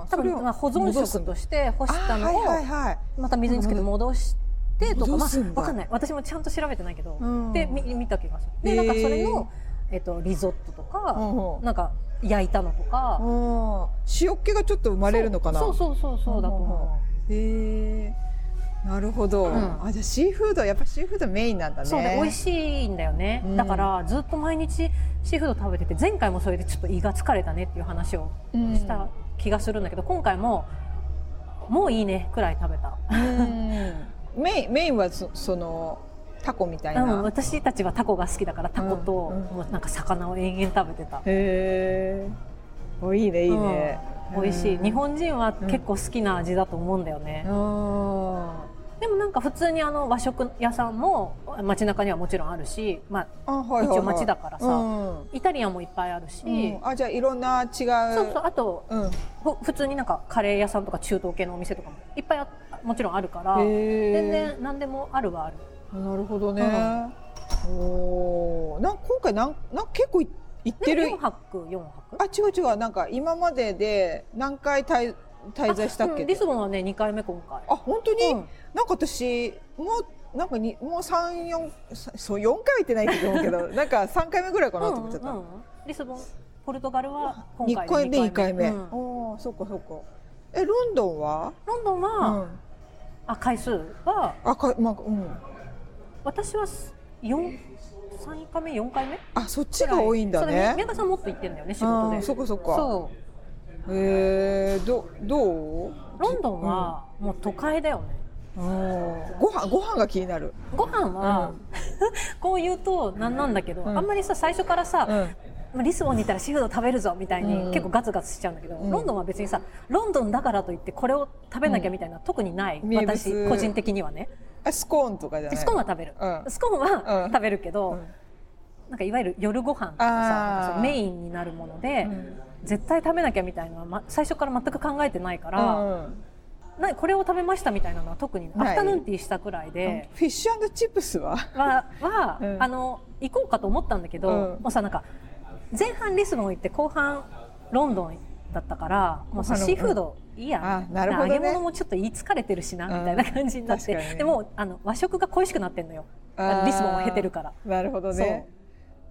S2: 多
S1: それ
S2: 分
S1: を
S2: まあ保存食として干したの
S1: あはいは
S2: を
S1: いはい。
S2: また水につけて戻してとか、ま
S1: 戻
S2: あ、
S1: すんだ
S2: 分かんない私もちゃんと調べてないけど、
S1: うん
S2: でみ見た気がする
S1: へ
S2: で
S1: ー
S2: なんかそれの、えっとリゾットと
S1: う
S2: か、
S1: んうん
S2: なんか焼いたのとか、
S1: あー塩っ気がちょっと生まれるのかな。
S2: そうそうそうそうだと思
S1: へえなるほど、
S2: うん
S1: あじゃあシーフードはやっぱシーフードメインなんだ
S2: う、
S1: ね
S2: そうね美味しいんだよね、
S1: うん
S2: だからずっと毎日シーフード食べてて前回もそれでちょっと胃が疲れたねっていう話を
S1: うん
S2: した気がするんだけど、今回ももういいねくらい食べた、
S1: うんメインメインはそそのタコみたいな、
S2: うん
S1: へ
S2: 私たちはタコが好きだからタコと、
S1: うんうん
S2: もうなんか魚を延々食べてた
S1: えおいいねいいね、
S2: うん美味しい、
S1: うん
S2: 日本人は結構好きな味だと思うんだよね、
S1: あ
S2: でもなんか普通にあの和食屋さんも街中にはもちろんあるし、ま
S1: ー
S2: あ、
S1: あはいはい、はい、
S2: 一応街だからさ
S1: うん
S2: イタリアンもいっぱいあるし、
S1: うんあじゃあいろんな違う
S2: そうそうあと
S1: うん、
S2: ほ普通になんかカレー屋さんとか中東系のお店とかもいっぱいあもちろんあるから
S1: へえ
S2: 全然何でもあるはある
S1: なるほどね、おおなん今回なんなん結構い行ってる
S2: でも4泊4泊
S1: あ違う違うなんか今までで何回滞滞在したっけ、
S2: うんリスボンはね2回目今回
S1: あ本当に、
S2: うん
S1: なんか私もうなんかにもう三四さそう四回は行ってないと思うけ どなんか三回目ぐらいかなと思っちゃった
S2: うんうんうんリスボンポルトガルは
S1: 二、
S2: 今回
S1: 回目
S2: で
S1: 二
S2: 二
S1: 回目、
S2: うんロ
S1: おおそっかそっかえロンドンは、
S2: ンドン
S1: う
S2: は、
S1: ん、
S2: あ回数は
S1: あかまあうん
S2: 私は四三回目四回目
S1: あそっちが多いんだ
S2: くらいそう
S1: ね
S2: 宮川さんもっと行ってんだよね仕
S1: あ
S2: 事
S1: ー
S2: で
S1: そっかそっか
S2: そ
S1: えー、どどう
S2: うロンドンはもう都会だよね
S1: うんご飯ご飯が気になる、
S2: ご飯は、
S1: うん
S2: こう言うとなんなんだけど、
S1: うん
S2: あんまりさ最初からさ、
S1: うん
S2: まあリスボンにいたらシーフード食べるぞみたいに、結構ガツガツしちゃうんだけど、ロンドンは別にさロンドンだからといってこれを食べなきゃみたいな、特にない
S1: 名物
S2: 私個人的にはね
S1: あスコーンとかじゃない
S2: スコーンは食べる、
S1: うん
S2: スコーンは
S1: うん
S2: 食べるけど、
S1: うん
S2: なんかいわゆる夜ご飯と
S1: あ
S2: かさ
S1: ー
S2: なんかそうメインになるもので、
S1: うん
S2: 絶対食べなきゃみたいなのは、ま、最初から全く考えてないか
S1: う
S2: ら、
S1: ん
S2: なこれを食べましたみたいなのは特にア
S1: ない
S2: フタヌーンティーしたくらいで
S1: フィッシュチップスは
S2: はは、
S1: うん
S2: あの行こうかと思ったんだけど、
S1: うん
S2: もうさなんか前半リスボン行って後半ロンドンだったからもうさ
S1: 後半ロンドン
S2: シーフードいいや、
S1: あなるほどね
S2: 揚げ物もちょっと言い疲れてるしなみたいな感じになって、
S1: うん確かに
S2: でもあの和食が恋しくなってんのよあ
S1: あ
S2: の
S1: ー
S2: リスボンを経てるから。
S1: なるほどね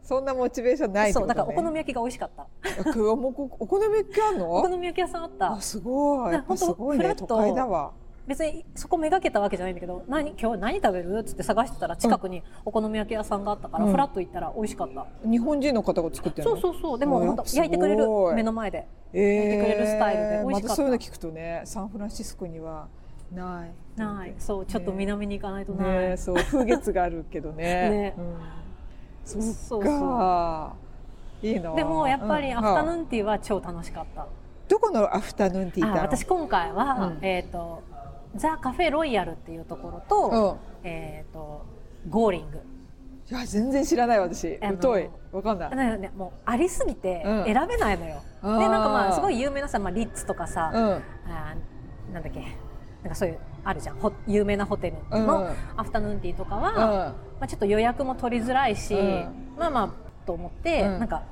S1: そんなモチベーションないって
S2: そ
S1: こ
S2: う
S1: と
S2: だ
S1: ね
S2: からお好み焼きが美味しかった
S1: くおもこお好み焼きあん
S2: お好
S1: の
S2: み焼き屋さんあった
S1: あすごい
S2: だからほんと
S1: すごい
S2: フラ
S1: ね
S2: ッと
S1: 都会だわ
S2: 別にそこめがけたわけじゃないんだけど何今日何食べるっつって探してたら近くにお好み焼き屋さんがあったから、
S1: うん
S2: フラッと行ったら美味しかった、
S1: 日本人の方が作ってる
S2: そ
S1: の
S2: うそうそうで
S1: う
S2: も
S1: ん
S2: 本当
S1: すごい
S2: 焼いてくれる目の前で
S1: えー
S2: 焼いてくれるスタイルで美味しかった
S1: またそういうの聞くとねサンフランシスコにはない
S2: ないそうちょっと
S1: ね
S2: 南に行かないとない、
S1: ねそう風月があるけどね
S2: ね
S1: うんそ
S2: そ
S1: っ
S2: うそ
S1: かいいな
S2: うでもやっぱり
S1: うん
S2: アフタヌーンティーは超楽しかった、
S1: どこのアフタヌーンティー
S2: あ
S1: だ
S2: 私今回は、
S1: うん
S2: えっ、とザ・カフェ・ロイヤルっていうところと、えっ、とゴーリング
S1: いや全然知らない私
S2: あの
S1: 疎いわかんない
S2: なんかねもうありすぎて
S1: うん
S2: 選べないのよ、
S1: あー
S2: でなんかまあすごい有名なさ、まあ、リッツとかさ、
S1: うん
S2: あーなんだっけなんかそういうあるじゃんほ有名なホテル
S1: うん
S2: のアフタヌーンティーとかは、まあ、ちょっと予約も取りづらいし、
S1: うん
S2: まあまあと思って、
S1: うん
S2: なんか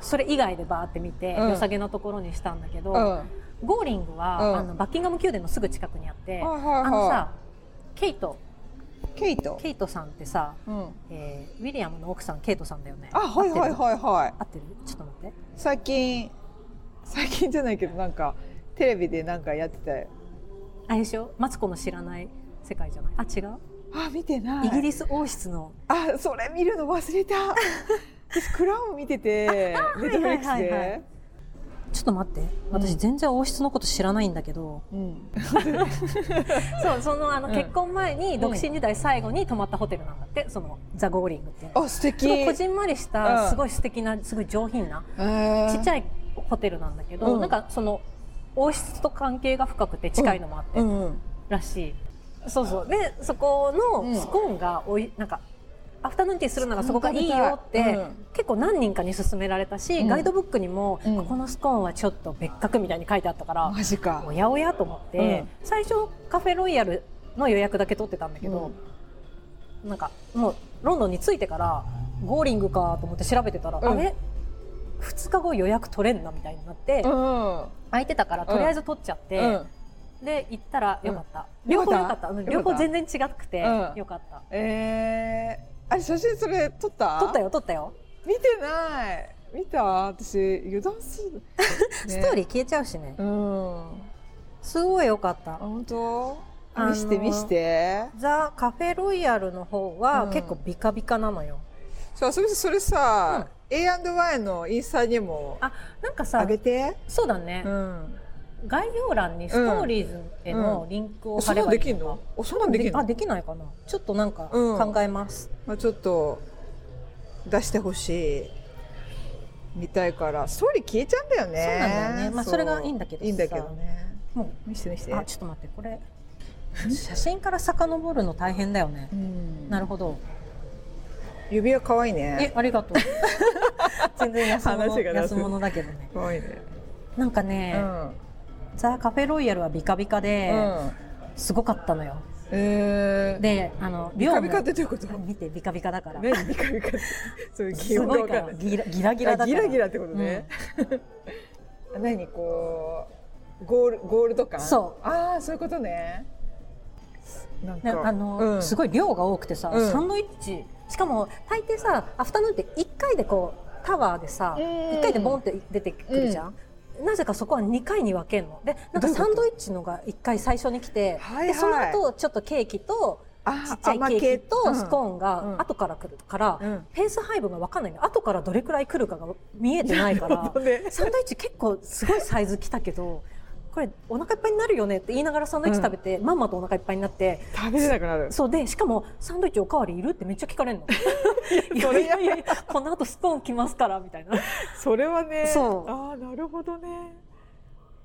S2: それ以外でバーって見て、
S1: うん
S2: 良さげなところにしたんだけど、
S1: うんうん
S2: ゴーリングは、
S1: うん
S2: あのバッキンガム宮殿のすぐ近くにあっ
S1: は
S2: て、
S1: いはいはい
S2: あのさケイト
S1: ケイト
S2: ケイトさんってさ、
S1: うん
S2: えーウィリアムの奥さんケイトさんだよね
S1: あはいはい
S2: い
S1: はいはい
S2: 合ってるちょっと待って
S1: 最近最近じゃないけどなんかテレビでなんかやってたよ
S2: あれでしょマツコの知らない世界じゃないあ違う、
S1: あ見てない
S2: イギリス王室の
S1: あそれ見るの忘れ た私クラウン見ててネットフリックス
S2: はいはいはいは
S1: で
S2: いちょっと待って私
S1: うん
S2: 全然王室のこと知らないんだけど、
S1: うん
S2: そうそのあの
S1: うん
S2: 結婚前に独身時代最後に泊まったホテルなんだってそのザ・ゴーリングっていうの
S1: あ素敵
S2: すごいこじんまりし
S1: うん
S2: たすごい素敵なすごい上品なちっち
S1: い
S2: ゃいホテルなんだけど、
S1: うん
S2: なんかその王室と関係が深くて近いのもあって
S1: うんうん
S2: らしい、そうそうでそこ
S1: うん
S2: のスコーンがおいなんかアフタヌーンティーするならそこがいいよっ
S1: う
S2: て、
S1: ん
S2: 結構何人かに勧められたし、
S1: うん
S2: ガイドブックにも、
S1: うん
S2: ここのスコーンはちょっと別格みたいに書いてあったから、
S1: マジか
S2: おやおやと思って、
S1: うん
S2: 最初カフェロイヤルの予約だけ取ってたんだけど、なんかもうロンドンに着いてからゴーリングかと思って調べてたら、
S1: うん
S2: あれ2日後予約取れんなみたいになって、
S1: うん
S2: 空いてたからとりあえず取っちゃって、
S1: うん
S2: で行ったらよかった、
S1: うん
S2: 両方
S1: よ
S2: よ
S1: か
S2: か
S1: っ
S2: ったた、うん
S1: よか
S2: 両
S1: った
S2: 方全然違くて、
S1: うん
S2: よかった
S1: えー、あれ写真それ撮った
S2: 取ったよ取ったよ、
S1: 見てない見た私油断す る、
S2: ストー
S1: リ
S2: リー消えちゃうしね、
S1: うんあ
S2: すごいよかった
S1: 本当
S2: あのー
S1: 見して見して
S2: ザ・カフェロイヤルの方
S1: う
S2: は
S1: ん
S2: 結構ビカビカなのよ、
S1: そうそれそれさ、A&Y のインスタにも
S2: あなんか
S1: あ
S2: さ
S1: げて
S2: そうだね、
S1: うん
S2: 概要欄にストーリーズへのリンクを貼
S1: そん
S2: れ
S1: なん
S2: ばい
S1: で
S2: い
S1: きん
S2: のか
S1: のおそんなんできんの
S2: あできないかなちょっとなんか
S1: うん
S2: 考えます、
S1: まあ、ちょっと出してほしい見たいからストーリー消えちゃうんだよね
S2: そうなんだよねまあ
S1: う
S2: それがいいんだけどさ
S1: いいんだけどね
S2: も
S1: 見して見して
S2: うあちょっと待ってこれ 写真から遡るの大変だよね
S1: う、ん
S2: なるほど
S1: 指輪可愛いね
S2: えありがとう全然 安
S1: 話が
S2: 物
S1: 出せ
S2: 安物だけどね
S1: 可愛いね
S2: なんか
S1: う
S2: ね、
S1: ん、
S2: ザ・カフェロイヤルはビカビカで、
S1: うん
S2: すごかったのよ
S1: えー、
S2: であの
S1: ビカ
S2: も
S1: ビカってどういうこと
S2: 見てビカビカだから
S1: 何ビカビカってそういう記
S2: す
S1: 憶
S2: ご
S1: が
S2: い
S1: わ
S2: か
S1: かん
S2: ら
S1: ない
S2: ギラギラギラだ
S1: あ
S2: から
S1: ギラギラってことね、 何こうゴールゴールド感
S2: そう
S1: ああそういうことねなん
S2: ね
S1: か
S2: あの、
S1: うん、
S2: す
S1: ごい
S2: ごい量が多くてさ、
S1: うん
S2: サンドイッチしかも大抵さアフタヌーンって1回でこうタワーでさ、
S1: うん
S2: 1回でボンって出てくるじゃん、なぜかそこは2回に分けるのでなん
S1: どういうこ
S2: か
S1: と
S2: サンドイッチのが1回最初に来て、
S1: はいはい
S2: でその後ちょっとケーキとちっちゃいケーキとスコーンが後から来るから、
S1: うん
S2: ペース配分が分かんないの後から どれくらい来るかが見えてないから
S1: なるほどね
S2: サンドイッチ結構すごいサイズ来たけどこれお腹いっぱいになるよねって言いながらサンドイッチ食べて、まんまとお腹いっぱいになって
S1: 食べれなくなる
S2: そうでしかもサンドイッチおかわりいるってめっちゃ聞かれるの い
S1: そ
S2: や
S1: れ
S2: いやいやいやこの後スコーン来ますからみたいな
S1: それはね
S2: そう
S1: ああなるほどね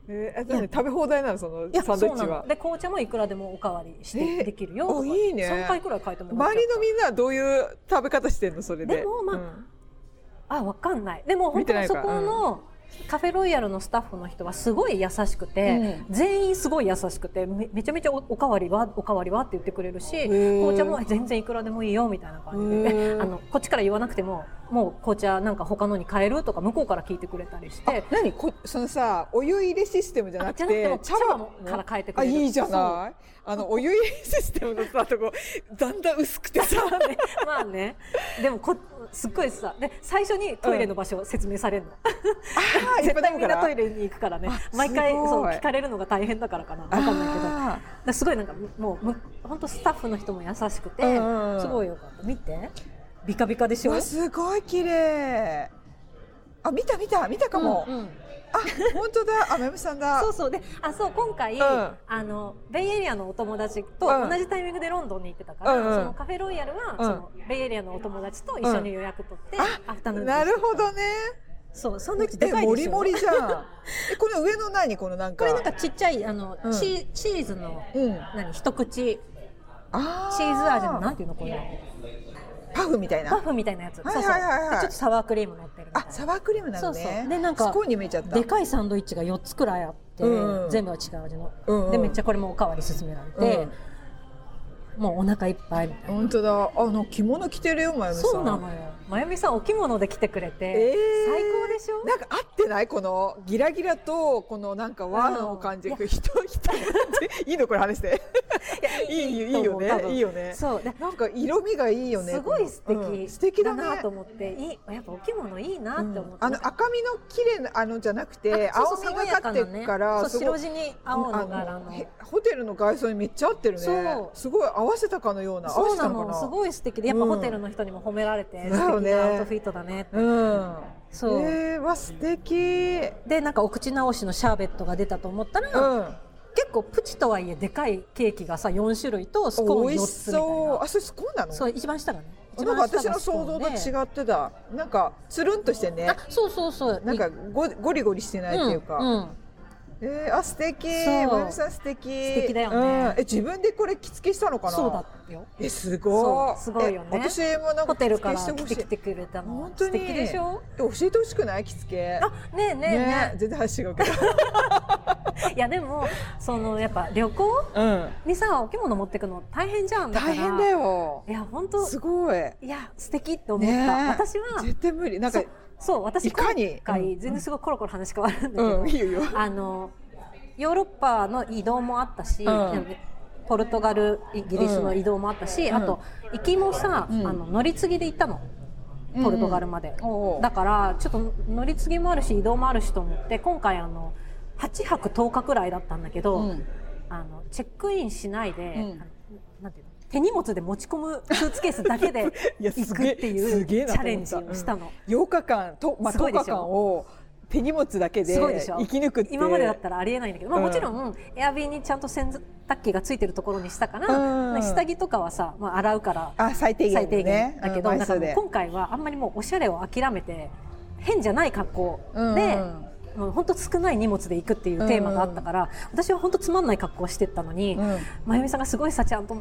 S1: えー、あ
S2: いや
S1: 何食べ放題なのその
S2: いや
S1: サンドイッチ
S2: そうな
S1: は
S2: ので紅茶もいくらでもおかわりし
S1: え
S2: てできるよとか、
S1: おいいね
S2: 3回くらい書いてもらっ
S1: 周
S2: ちゃ
S1: り
S2: った
S1: のみんなはどういう食べ方してんのそれで
S2: でもまあ
S1: うん
S2: あわかんないでも
S1: 見
S2: 本
S1: て
S2: 当
S1: ない
S2: に
S1: か
S2: そこのカフェロイヤルのスタッフの人はすごい優しくて、全員すごい優しくてめめちゃめちゃおおかわりはおかわりはって言ってくれるし
S1: ー
S2: 紅茶も全然いくらでもいいよみたいな感じ
S1: へ
S2: で
S1: ー
S2: あのこっちから言わなくてももう紅茶なんか他のに変えるとか向こうから聞いてくれたりして
S1: 何こそのさお湯入れシステムじゃなく
S2: あじゃ
S1: て
S2: なくても茶葉から変えてくれる
S1: あいいじゃないあのお湯入れシステムのさとこだんだん薄くてさ
S2: ねまあねでもこすっごいさで最初にトイレの場所を説明されるの、
S1: あ ーやっ
S2: 絶
S1: ぱ
S2: 対
S1: だ
S2: みんな
S1: か
S2: ト
S1: ら
S2: イレに行くからね
S1: あ
S2: 毎回
S1: すごい
S2: そう聞かれるのが大変だからかなわかんないけど
S1: あ
S2: ですごいなんかもうむ本当スタッフの人も優しくて、
S1: うんうんうん
S2: すごいよかった見てビカビカでし
S1: ーう
S2: ょ
S1: わすごい綺麗あ見た見た見たかも、
S2: うんうん
S1: あ本当だあめむさんだ
S2: そうそうであそう今回、
S1: うん
S2: あのベイエリアのお友達と
S1: うん
S2: 同じタイミングでロンドンに行ってたから、
S1: うんうん
S2: そのカフェロイヤルは、
S1: うん
S2: そのベイエリアのお友達と一緒に予約取って、
S1: あ
S2: アフタヌーンティー
S1: なるほどね
S2: そうサンドイッチで
S1: え
S2: かい
S1: も
S2: でし
S1: り
S2: ょ
S1: もりじゃん えこれ上の何このなん
S2: こ
S1: か
S2: れなんかちっちゃいあの、
S1: うん
S2: チーチーズの
S1: うん
S2: 何一口
S1: あ
S2: チーズ味の
S1: な
S2: なんていうのこれ
S1: パフみたい
S2: パ
S1: な
S2: フみたいなやつ、
S1: はいはいはいはい
S2: そうそうでちょっとサワークリーム乗ってるみたい
S1: あ
S2: な
S1: サワークリームなのね
S2: そうそうでなんか
S1: すごいに見えちゃった
S2: でかいサンドイッチが4つくらいあって、
S1: うんうん
S2: 全部は違う味の、
S1: うんうん
S2: でめっちゃこれもおかわり勧められて、もうお腹いっぱいみたいな
S1: 本当だあの着物着てるよまゆみさん
S2: そうなのよまゆみさんお着物で来てくれて、
S1: えー
S2: 最高でしょ
S1: なんか合ってないこのギラギラとこのなんか和の感じ、
S2: うん
S1: 人人感じいいのこれ話していいいいいいよ
S2: と思う多
S1: ね
S2: 分
S1: いいよね
S2: そうで
S1: なんか色味がいいよね
S2: すごい素敵、
S1: うん素敵だね
S2: なと思っていいやっぱお着物いいなって思って、
S1: あの赤身の綺麗なあのじゃなくて
S2: あそう
S1: 青
S2: そう
S1: みがかって
S2: 爽や
S1: るから
S2: ね、そう
S1: すご
S2: 白
S1: い
S2: 地に青の柄
S1: あ
S2: の
S1: のへホテルの外装にめっちゃ合ってるね
S2: そう
S1: すごい合わせたかのような合わ
S2: そ
S1: せ
S2: うな
S1: たの
S2: の
S1: か
S2: す
S1: な
S2: ごい素敵でやっぱ
S1: うん
S2: ホテルの人にも褒められて、
S1: だよ
S2: 素
S1: ね
S2: 敵なアウトフィットだねって
S1: うん
S2: そう
S1: えー、わ素敵
S2: でなんかお口直しのシャーベットが出たと思ったら、
S1: うん
S2: 結構プチとはいえでかいケーキがさ4種類とスコーン
S1: 美
S2: 4
S1: 味し
S2: つみたい
S1: そう
S2: な
S1: あそれスコーンなの
S2: そう一番下がね一
S1: なん
S2: 番
S1: か
S2: 下
S1: 私
S2: が
S1: の
S2: スコ
S1: 想
S2: ー
S1: 像
S2: ン
S1: と
S2: で
S1: 違ってたなんかつるんとしてね
S2: あそうそうそう
S1: なんかゴゴリゴリしてないっていうか、
S2: うんうん
S1: えー、あ素敵
S2: そう
S1: まゆみさん素敵
S2: 素敵だよね
S1: うん、え自分でこれ着付けしたのかな
S2: そうだったよ
S1: えすごい
S2: そうすごいよね
S1: え私もなんか
S2: ホテルか
S1: 着
S2: ら
S1: 付
S2: 来
S1: けしてて
S2: き
S1: ほしい
S2: てくれたの
S1: 本当
S2: 素
S1: に
S2: 敵でしょ
S1: え教えてほしくない着付け
S2: あねえねえね
S1: ね全然話違うけど
S2: えいやでもそのやっぱ旅行
S1: うん
S2: にさお着物持ってくの大変じゃんだから
S1: 大変だよ
S2: いや本当
S1: すごい
S2: いや素敵って思った、
S1: ねえ
S2: 私は
S1: 絶対無理なんか
S2: そうそう私
S1: いかに
S2: 今回
S1: うん
S2: 全然すごいコロコロ話変わるんだけど、
S1: うんいいよいいよ
S2: あのヨーロッパの移動もあったし、
S1: ん
S2: ポルトガルイギリスの移動もあったし、
S1: ん
S2: あと行きもさ、
S1: うん
S2: あの乗り継ぎで行ったの ポルトガルまで、
S1: うんおう
S2: だからちょっと乗り継ぎもあるし移動もあるしと思って今回あの8泊10日くらいだったんだけど、
S1: うん
S2: あのチェックインしないで、
S1: ん
S2: あのなんていうの手荷物で持ち込むスーツケースだけで
S1: いや す
S2: 行く
S1: げえ
S2: って
S1: すげ
S2: い
S1: え
S2: う
S1: な
S2: チ
S1: と
S2: ャ
S1: 思
S2: レ
S1: っ
S2: ンジをしたの。
S1: 8日間と、まあ、
S2: すごい
S1: 10
S2: で
S1: 日
S2: しょ
S1: 間を手荷物だけです
S2: ごいでしょ
S1: 生き抜くって
S2: 今までだったらありえないんだけど、まあ、
S1: うん
S2: もちろんエアビーにちゃんと洗濯機がついてるところにしたから、
S1: うん
S2: 下着とかはさ、まあ、洗うから
S1: あ最低限、ね、
S2: 最低限だけど、
S1: うん枚
S2: なんか
S1: 数
S2: もう
S1: で
S2: 今回はあんまりもうおしゃれを諦めて変じゃない格好で、
S1: うん
S2: もう本当少ない荷物で行くっていうテーマがあったから、私は本当つまんない格好をしてったのに、
S1: うん
S2: まゆみさんがすごいさちゃんと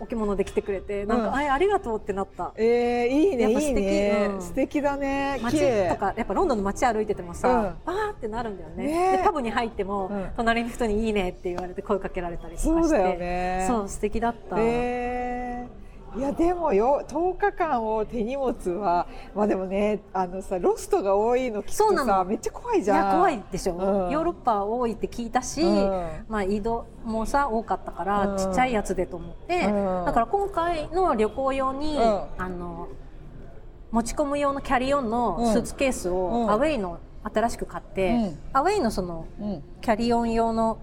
S2: お着物で来てくれてなんか、
S1: うん
S2: あありがとうってなった。
S1: えー、いいね
S2: や
S1: い
S2: っぱ素
S1: い
S2: 敵
S1: ね、
S2: うん
S1: 素敵だね綺
S2: 街
S1: 麗
S2: とかやっぱロンドンの街歩いてても
S1: うん
S2: さ、バーってなるんだよね
S1: ねえ
S2: でパブに入っても、
S1: うん
S2: 隣の人に「いいね」って言われて声かけられたりとかして
S1: そうだよね
S2: そう素敵だった、
S1: えーいやでもよ10日間を手荷物はまあでもねあのさロストが多いの聞く
S2: そう
S1: と
S2: な
S1: さ
S2: の
S1: めっちゃ怖い
S2: い
S1: じゃん
S2: や怖いでしょ、
S1: うん
S2: ヨーロッパ多いって聞いたし、
S1: うん
S2: まあ、移動もさ多かったか
S1: う
S2: ら
S1: ん
S2: ちっちゃいやつでと思って、
S1: うん
S2: だから今回の旅行用に、
S1: うん
S2: あの持ち込む用のキャリーオンのスーツケース
S1: う
S2: を
S1: ん
S2: アウェイの新しく買って、
S1: うん
S2: アウェイのその
S1: うん
S2: キャリーオン用の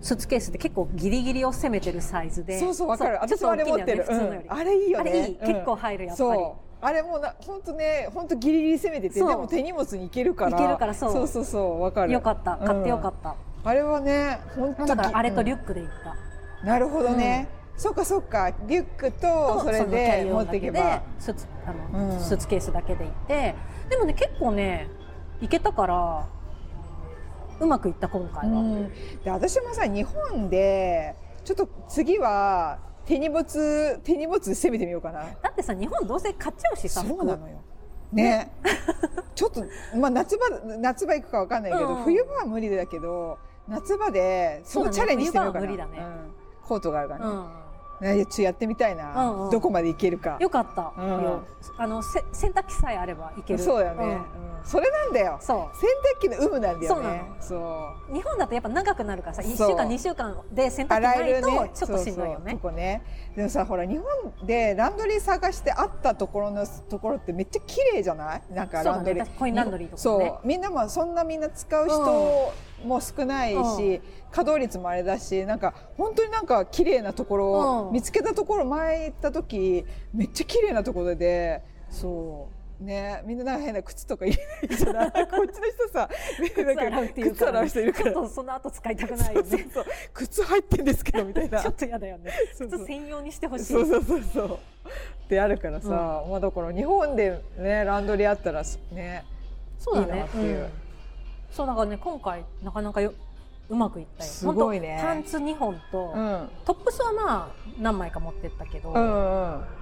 S2: スーツケースって結構ギリギリを攻めてるサイズで
S1: そうそうわかる
S2: ちょっ
S1: 私
S2: と
S1: もあれ
S2: 大きい
S1: 持
S2: ん
S1: っ
S2: だ
S1: て
S2: よ
S1: る、
S2: ね普通のより、
S1: うんあれいいよね
S2: あれい
S1: う
S2: い
S1: ん
S2: 結構入るやっぱり
S1: そうあれもうな本当ね本当ギリギリ攻めててで
S2: そう
S1: も手荷物に行けるから
S2: いけるからそう
S1: そうそうそうわかる
S2: よかった買ってよか
S1: っ
S2: った、
S1: あれはね本
S2: も
S1: 当
S2: う
S1: に
S2: だからあれとリュックで行った、
S1: うんなるほどね、そうかそうかリュックと
S2: と
S1: それ
S2: のキャ
S1: で
S2: リー
S1: 持
S2: オン
S1: って
S2: だ
S1: いけ
S2: け
S1: ば
S2: でスーツあ
S1: う
S2: の
S1: ん
S2: スーツケースだけで行ってでもね結構ね行けたからうまくいった今回は、
S1: うんで私もさ日本でちょっと次は手荷物手荷物で攻めてみようかな
S2: だってさ日本どうせ買っちゃうしさ
S1: そうなのよね ちょっと、まあ、夏場夏場行くかわかんないけど、
S2: うん
S1: 冬場は無理だけど夏場でそのチ
S2: そ
S1: ャ
S2: うだね
S1: レンジしてみようかな
S2: 冬場は無理だね
S1: うんコートがあるから
S2: 服
S1: ね、
S2: は
S1: ねちょっとやってみたいな、
S2: うんうん
S1: どこまでいけるか
S2: うん、よかった、
S1: うん
S2: よあのせ洗濯機さえあればいける
S1: そうだよね、うんそれなんだよ
S2: うんそ
S1: 洗濯機の有無なんだよねそう
S2: う日本だとやっぱ長くなるからさ1
S1: そう
S2: 週間2週間で洗濯機
S1: 洗
S2: な
S1: え
S2: い
S1: るね
S2: とちょっとしんどいよね
S1: そうそうここねでもさほら日本でランドリー探してあったところのところってめっちゃ綺麗じゃないなんかランドリー、
S2: そうだねコインランドリーとか
S1: そ
S2: ね
S1: うみんなもそんなみんな使う人も少ないし、
S2: う
S1: 稼働率もあれだしなんか本当になんか綺麗なところを、
S2: うん
S1: 見つけたところ前行った時めっちゃ綺麗なところでそうねみんななんか変な靴とか入れないじゃ ないこっちの人さ
S2: 靴洗うってい う
S1: 靴
S2: か
S1: 洗う人いるか
S2: ちょ
S1: ら
S2: っと その後使いたくないよ
S1: そう
S2: ね
S1: そう靴入ってんですけどみたいな
S2: ちょっと嫌だよね
S1: そう
S2: 普
S1: そう
S2: 通専用にしてほしい
S1: そうそうそうそうってあるからさ、まあだから日本でねランドリーあったらね
S2: そ
S1: いいなっていう
S2: そうだからね今回なかなかようまくいったよ
S1: すごいね
S2: 本当パンツ2本と、
S1: うん
S2: トップスはまあ何枚か持ってったけど、
S1: うんうん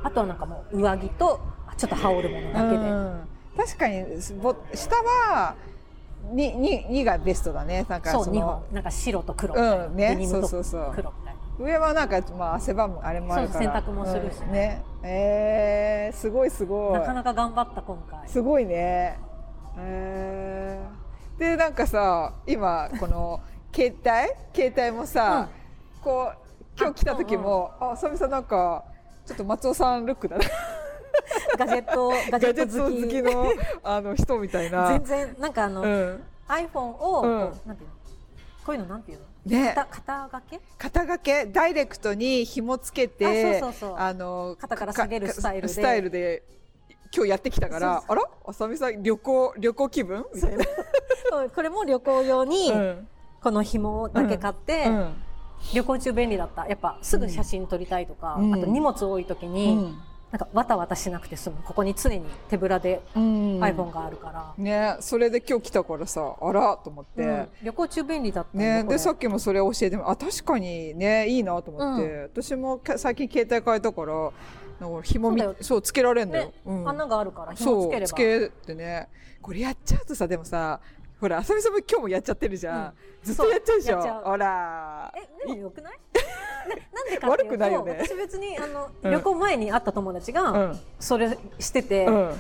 S2: あとはなんかもう上着とあちょっと羽織るものだけで、
S1: うん確かにすぼ下はにににがベストだねなんか
S2: そう
S1: の
S2: 2本なんか白と黒みたいな、
S1: うんね
S2: デニムと
S1: そうそうそう
S2: 黒みたいな
S1: 上はなんかまあ汗ばむあれもあるから
S2: そう洗濯もするし
S1: うんねえー、すごいすごい
S2: なかなか頑張った今回
S1: すごいねえー、でなんかさ今この携帯携帯もさ、こう今日来た時もあ、久々なんかちょっと松尾さんルックだな
S2: ガジェット ガジ ェ
S1: ガ
S2: ッ
S1: ジェッ
S2: ト
S1: ト
S2: 好き
S1: 好きのあの人みたいな
S2: 全。然なんかあの、
S1: うん
S2: iPhone を、
S1: うん
S2: こうなんていうのこういうのなんていうの
S1: ね、
S2: 肩肩掛け
S1: 肩掛けダイレクトに紐つけ
S2: あ
S1: て
S2: そうそうそう
S1: あの
S2: 肩から下げるスタイルで
S1: かスタイルで今日やってきたから
S2: そう
S1: あらあさみさん旅行旅行気分みたいな、
S2: そうこれも旅行用に
S1: うん
S2: この紐だけ買って、
S1: うん
S2: 旅行中便利だったやっぱすぐ写真撮りたいとか、
S1: うん
S2: あと荷物多い時に、なんかわたわたしなくて済むここに常に手ぶらで
S1: うんうん
S2: iPhone があるから、
S1: ねそれで今日来たからさあらと思っ
S2: うん
S1: て、
S2: 旅行中便利だったんだ
S1: ね
S2: これ
S1: でさっきもそれ教えてもらあ確かにねいいなと思って、私もか最近携帯変えたからなんか紐み
S2: そうだ
S1: そう
S2: よ
S1: つけられんだよ、
S2: ね
S1: うん
S2: 穴があるから紐つ
S1: そ
S2: けれ
S1: う
S2: ば
S1: つけてねこれやっちゃうとさでもさほら浅見さんも今日もやっちゃってるじゃん、ずっとやっちゃうでし
S2: そうやっち
S1: ょ
S2: ゃう
S1: ほら
S2: えでもよ くないななんでかっていう
S1: 悪
S2: と
S1: くないよね
S2: 私別にあの、
S1: うん
S2: 旅行前に会った友達
S1: う
S2: が
S1: ん
S2: それしてて、
S1: うん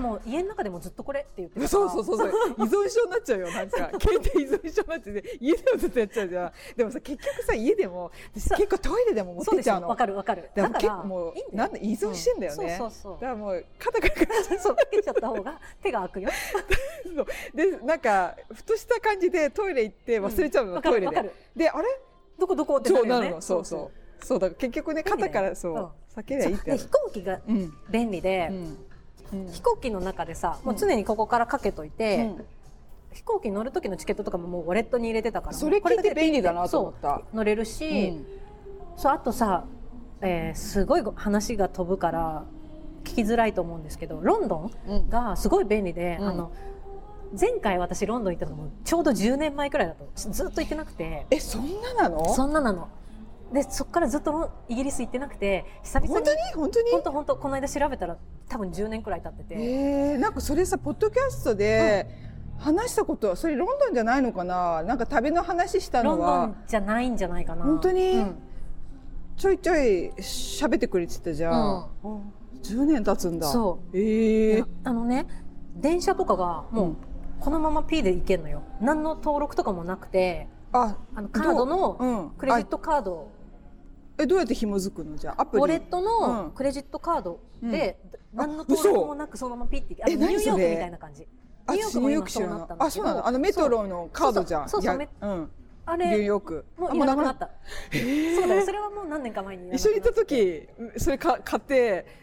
S2: もう家の中でもずっとこれって言ってたから
S1: そうそうそう そう依存症になっちゃうよなんか携帯依存症になってて家でもずっとやっちゃうじゃんでもさ結局さ家でも私
S2: そう
S1: 結構トイレでも持
S2: そう
S1: ってっち
S2: でし
S1: ゃう
S2: ょわ
S1: の
S2: かるわかる
S1: でも
S2: だから
S1: 結構もう
S2: いいんだ
S1: な
S2: よ
S1: んだ依存してんだよね、
S2: そうそう
S1: だ
S2: そ
S1: からもう肩からか
S2: うそうつけちゃった方が手が開くよ
S1: でなんかふとした感じでトイレ行って忘れちゃうの、
S2: わか
S1: トイ
S2: る
S1: レ
S2: わか
S1: で
S2: る
S1: であれ
S2: どこどこってな
S1: そう
S2: るよ
S1: な
S2: ね
S1: るのそうそうそうだから結局ね
S2: トイレ
S1: 肩からそう、
S2: うん
S1: 避けりゃ
S2: そ
S1: いういってなる
S2: で飛行機が
S1: うん
S2: 便利で、
S1: うんうん
S2: 飛行機の中でさもう常にここからかけといて、
S1: うん
S2: 飛行機乗る時のチケットとかももうウォレットに入れてたから
S1: それ
S2: こ
S1: 聞い
S2: だけ
S1: て
S2: でピッ
S1: 便利だなと思った
S2: そう乗れるし、
S1: うん
S2: そうあとさ、えーすごいご話が飛ぶから聞きづらいと思うんですけどロンドン
S1: うん
S2: がすごい便利で、
S1: うん
S2: あの前回私ロンドン行ったのもちょうど10年前くらいだとずっと行ってなくて
S1: えそんななの
S2: そんななのでそっからずっとロンイギリス行ってなくて久々
S1: 本
S2: に
S1: 当に本当に
S2: 本当本当この間調べたら多分10年くらい経ってて、
S1: えー、なんかそれさポッドキャストで話したことはそれロンドンじゃないのかななんか旅の話した
S2: ロ
S1: の
S2: ンド
S1: は
S2: ンじゃないんじゃないかな
S1: 本当に、
S2: うん
S1: ちょいちょい喋ってくれてたじゃん、10年経つんだ
S2: そう
S1: え
S2: い
S1: ー
S2: や、あのね電車とかがもう、
S1: うん
S2: このまま P で行けるのよ何の登録とかもなくて
S1: あ
S2: あのカード
S1: う
S2: の
S1: ん
S2: クレジットカード
S1: あえどうやって紐づくのじゃあア
S2: ウ
S1: プ
S2: ォレ
S1: リ
S2: ット
S1: うん
S2: のクレジットカードで、何の
S1: 嘘
S2: 登録もなくそのままピッて行けあ
S1: え
S2: のニュー
S1: 何そ
S2: ヨー
S1: れ
S2: クみたいな感じ
S1: あ
S2: ニューヨークも今そう
S1: ニュー
S2: な
S1: ヨー
S2: っ
S1: ク
S2: た
S1: 知
S2: ん
S1: ら
S2: だけど
S1: あそうなのあのメトロのカードじゃん
S2: そうそうそうそう
S1: いやうん
S2: あ
S1: ニュー
S2: れ
S1: ヨーク
S2: も
S1: あ
S2: ういらなくなっ
S1: も
S2: たそうだよそれはもう何年か前に
S1: う一緒に行った
S2: 時
S1: 時それか買って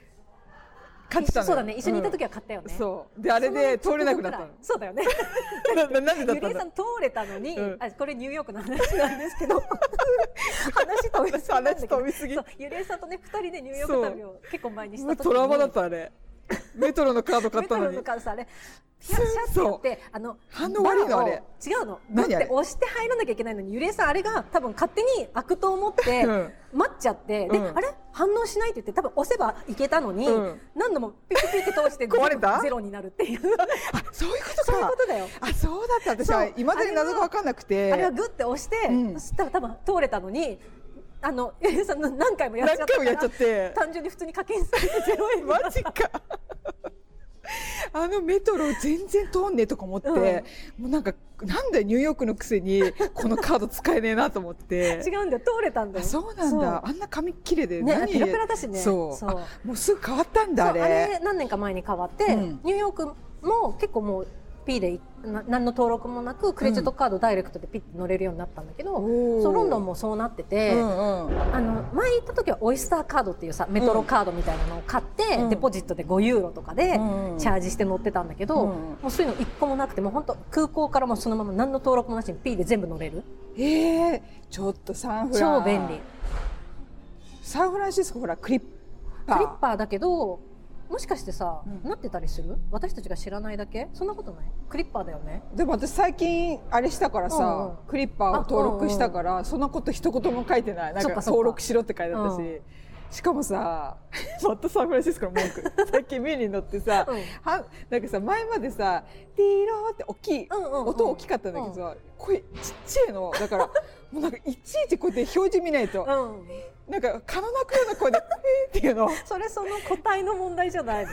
S1: 買ってたのよ
S2: そうだね一緒にいた時は買ったよね、
S1: そうであれで通れなくなったの
S2: その直後くらいそうだよ
S1: なな
S2: ね
S1: なんでだ
S2: ゆ
S1: っ
S2: り
S1: たん
S2: え
S1: だ
S2: さん通れたのに、
S1: うん
S2: あこれニューヨークの話なんです けど話飛びすぎなんだけど
S1: 話飛びすぎ
S2: そうゆりえさんとね二人でニューヨーク旅を結構前にした時に
S1: トラウマだったあ れメトロのカード買
S2: メ
S1: った
S2: ト
S1: の
S2: ロ
S1: に
S2: の数あれシャッシャッってやってあの
S1: 反応悪いの
S2: バーを
S1: あれ
S2: 違うの
S1: 何
S2: 持
S1: あ
S2: っ
S1: れ
S2: て押して入らなきゃいけないのにゆりえさんあれが多分勝手に開くと思って
S1: うん
S2: 待っちゃって、で、
S1: うん
S2: あれ反応しないって言って多分押せばいけたのに、
S1: うん
S2: 何度もピッピッピッって通して
S1: 壊れた
S2: ゼロになるっていう
S1: あそういうことか
S2: そういうことだよ
S1: あそうだった私
S2: そう
S1: は未だに謎が分かんなくて
S2: あれはグッて押して、
S1: うん
S2: そしたら多分通れたのにあの ゆりえさんの何回もやっちゃった
S1: 何
S2: か
S1: 回
S2: ら
S1: もやっちゃって
S2: 単純に普通に課金されてゼロ円になった
S1: マ ジかあのメトロ全然通んねえとか思って、
S2: うん
S1: もうなんかなんでニューヨークのくせにこのカード使えねえなと思って
S2: 違うんだよ通れたんだ
S1: あ
S2: よ
S1: そうなんだあんな紙切れで
S2: ね
S1: 何
S2: ペラペラだしね
S1: そう
S2: そう
S1: あもうすぐ変わったん
S2: そう
S1: だあ
S2: あれ
S1: れ
S2: 何年か前に変わって、
S1: うん
S2: ニューヨークも結構もう P でな何の登録もなくクレジットカードダイレクトでピッて乗れるようになったんだけど、
S1: おー
S2: そうロンドンもそうなってて、
S1: うんうん
S2: あの前行った時はオイスターカードっていうさメトロカードみたいなのを買って、
S1: うん
S2: デポジットで5ユーロとかで
S1: うんうん
S2: チャージして乗ってたんだけど、
S1: うん
S2: もうそういうの一個もなくてもう本当空港からもうそのまま何の登録もなしに P で全部乗れる
S1: えー、ちょっとサンフラ
S2: 超便利
S1: サンフランシスコほらクリッパー
S2: クリッパーだけどもしかしてさ、
S1: うん
S2: なってたりする私たちが知らないだけそんなことないクリッパーだよね
S1: でも私最近あれしたからさ、
S2: うんうん
S1: クリッパーを登録したから、そんなこと一言も書いてないなん
S2: そ
S1: か
S2: っかそっか
S1: 登録しろって書いてあったし、
S2: うん
S1: しかもさ またサンフランシスコの文 句最近目に乗ってさ、
S2: うん
S1: はなんかさ前までさ「ディーロー」って大きい、
S2: うんうんうん
S1: 音大きかったんだけどさ、声ちっちゃいのだ からもうなんかいちいちこうやって表示見ないと、
S2: うん、
S1: なんか蚊の鳴くような声で「えー」っていうの
S2: それその個体の問題じゃないの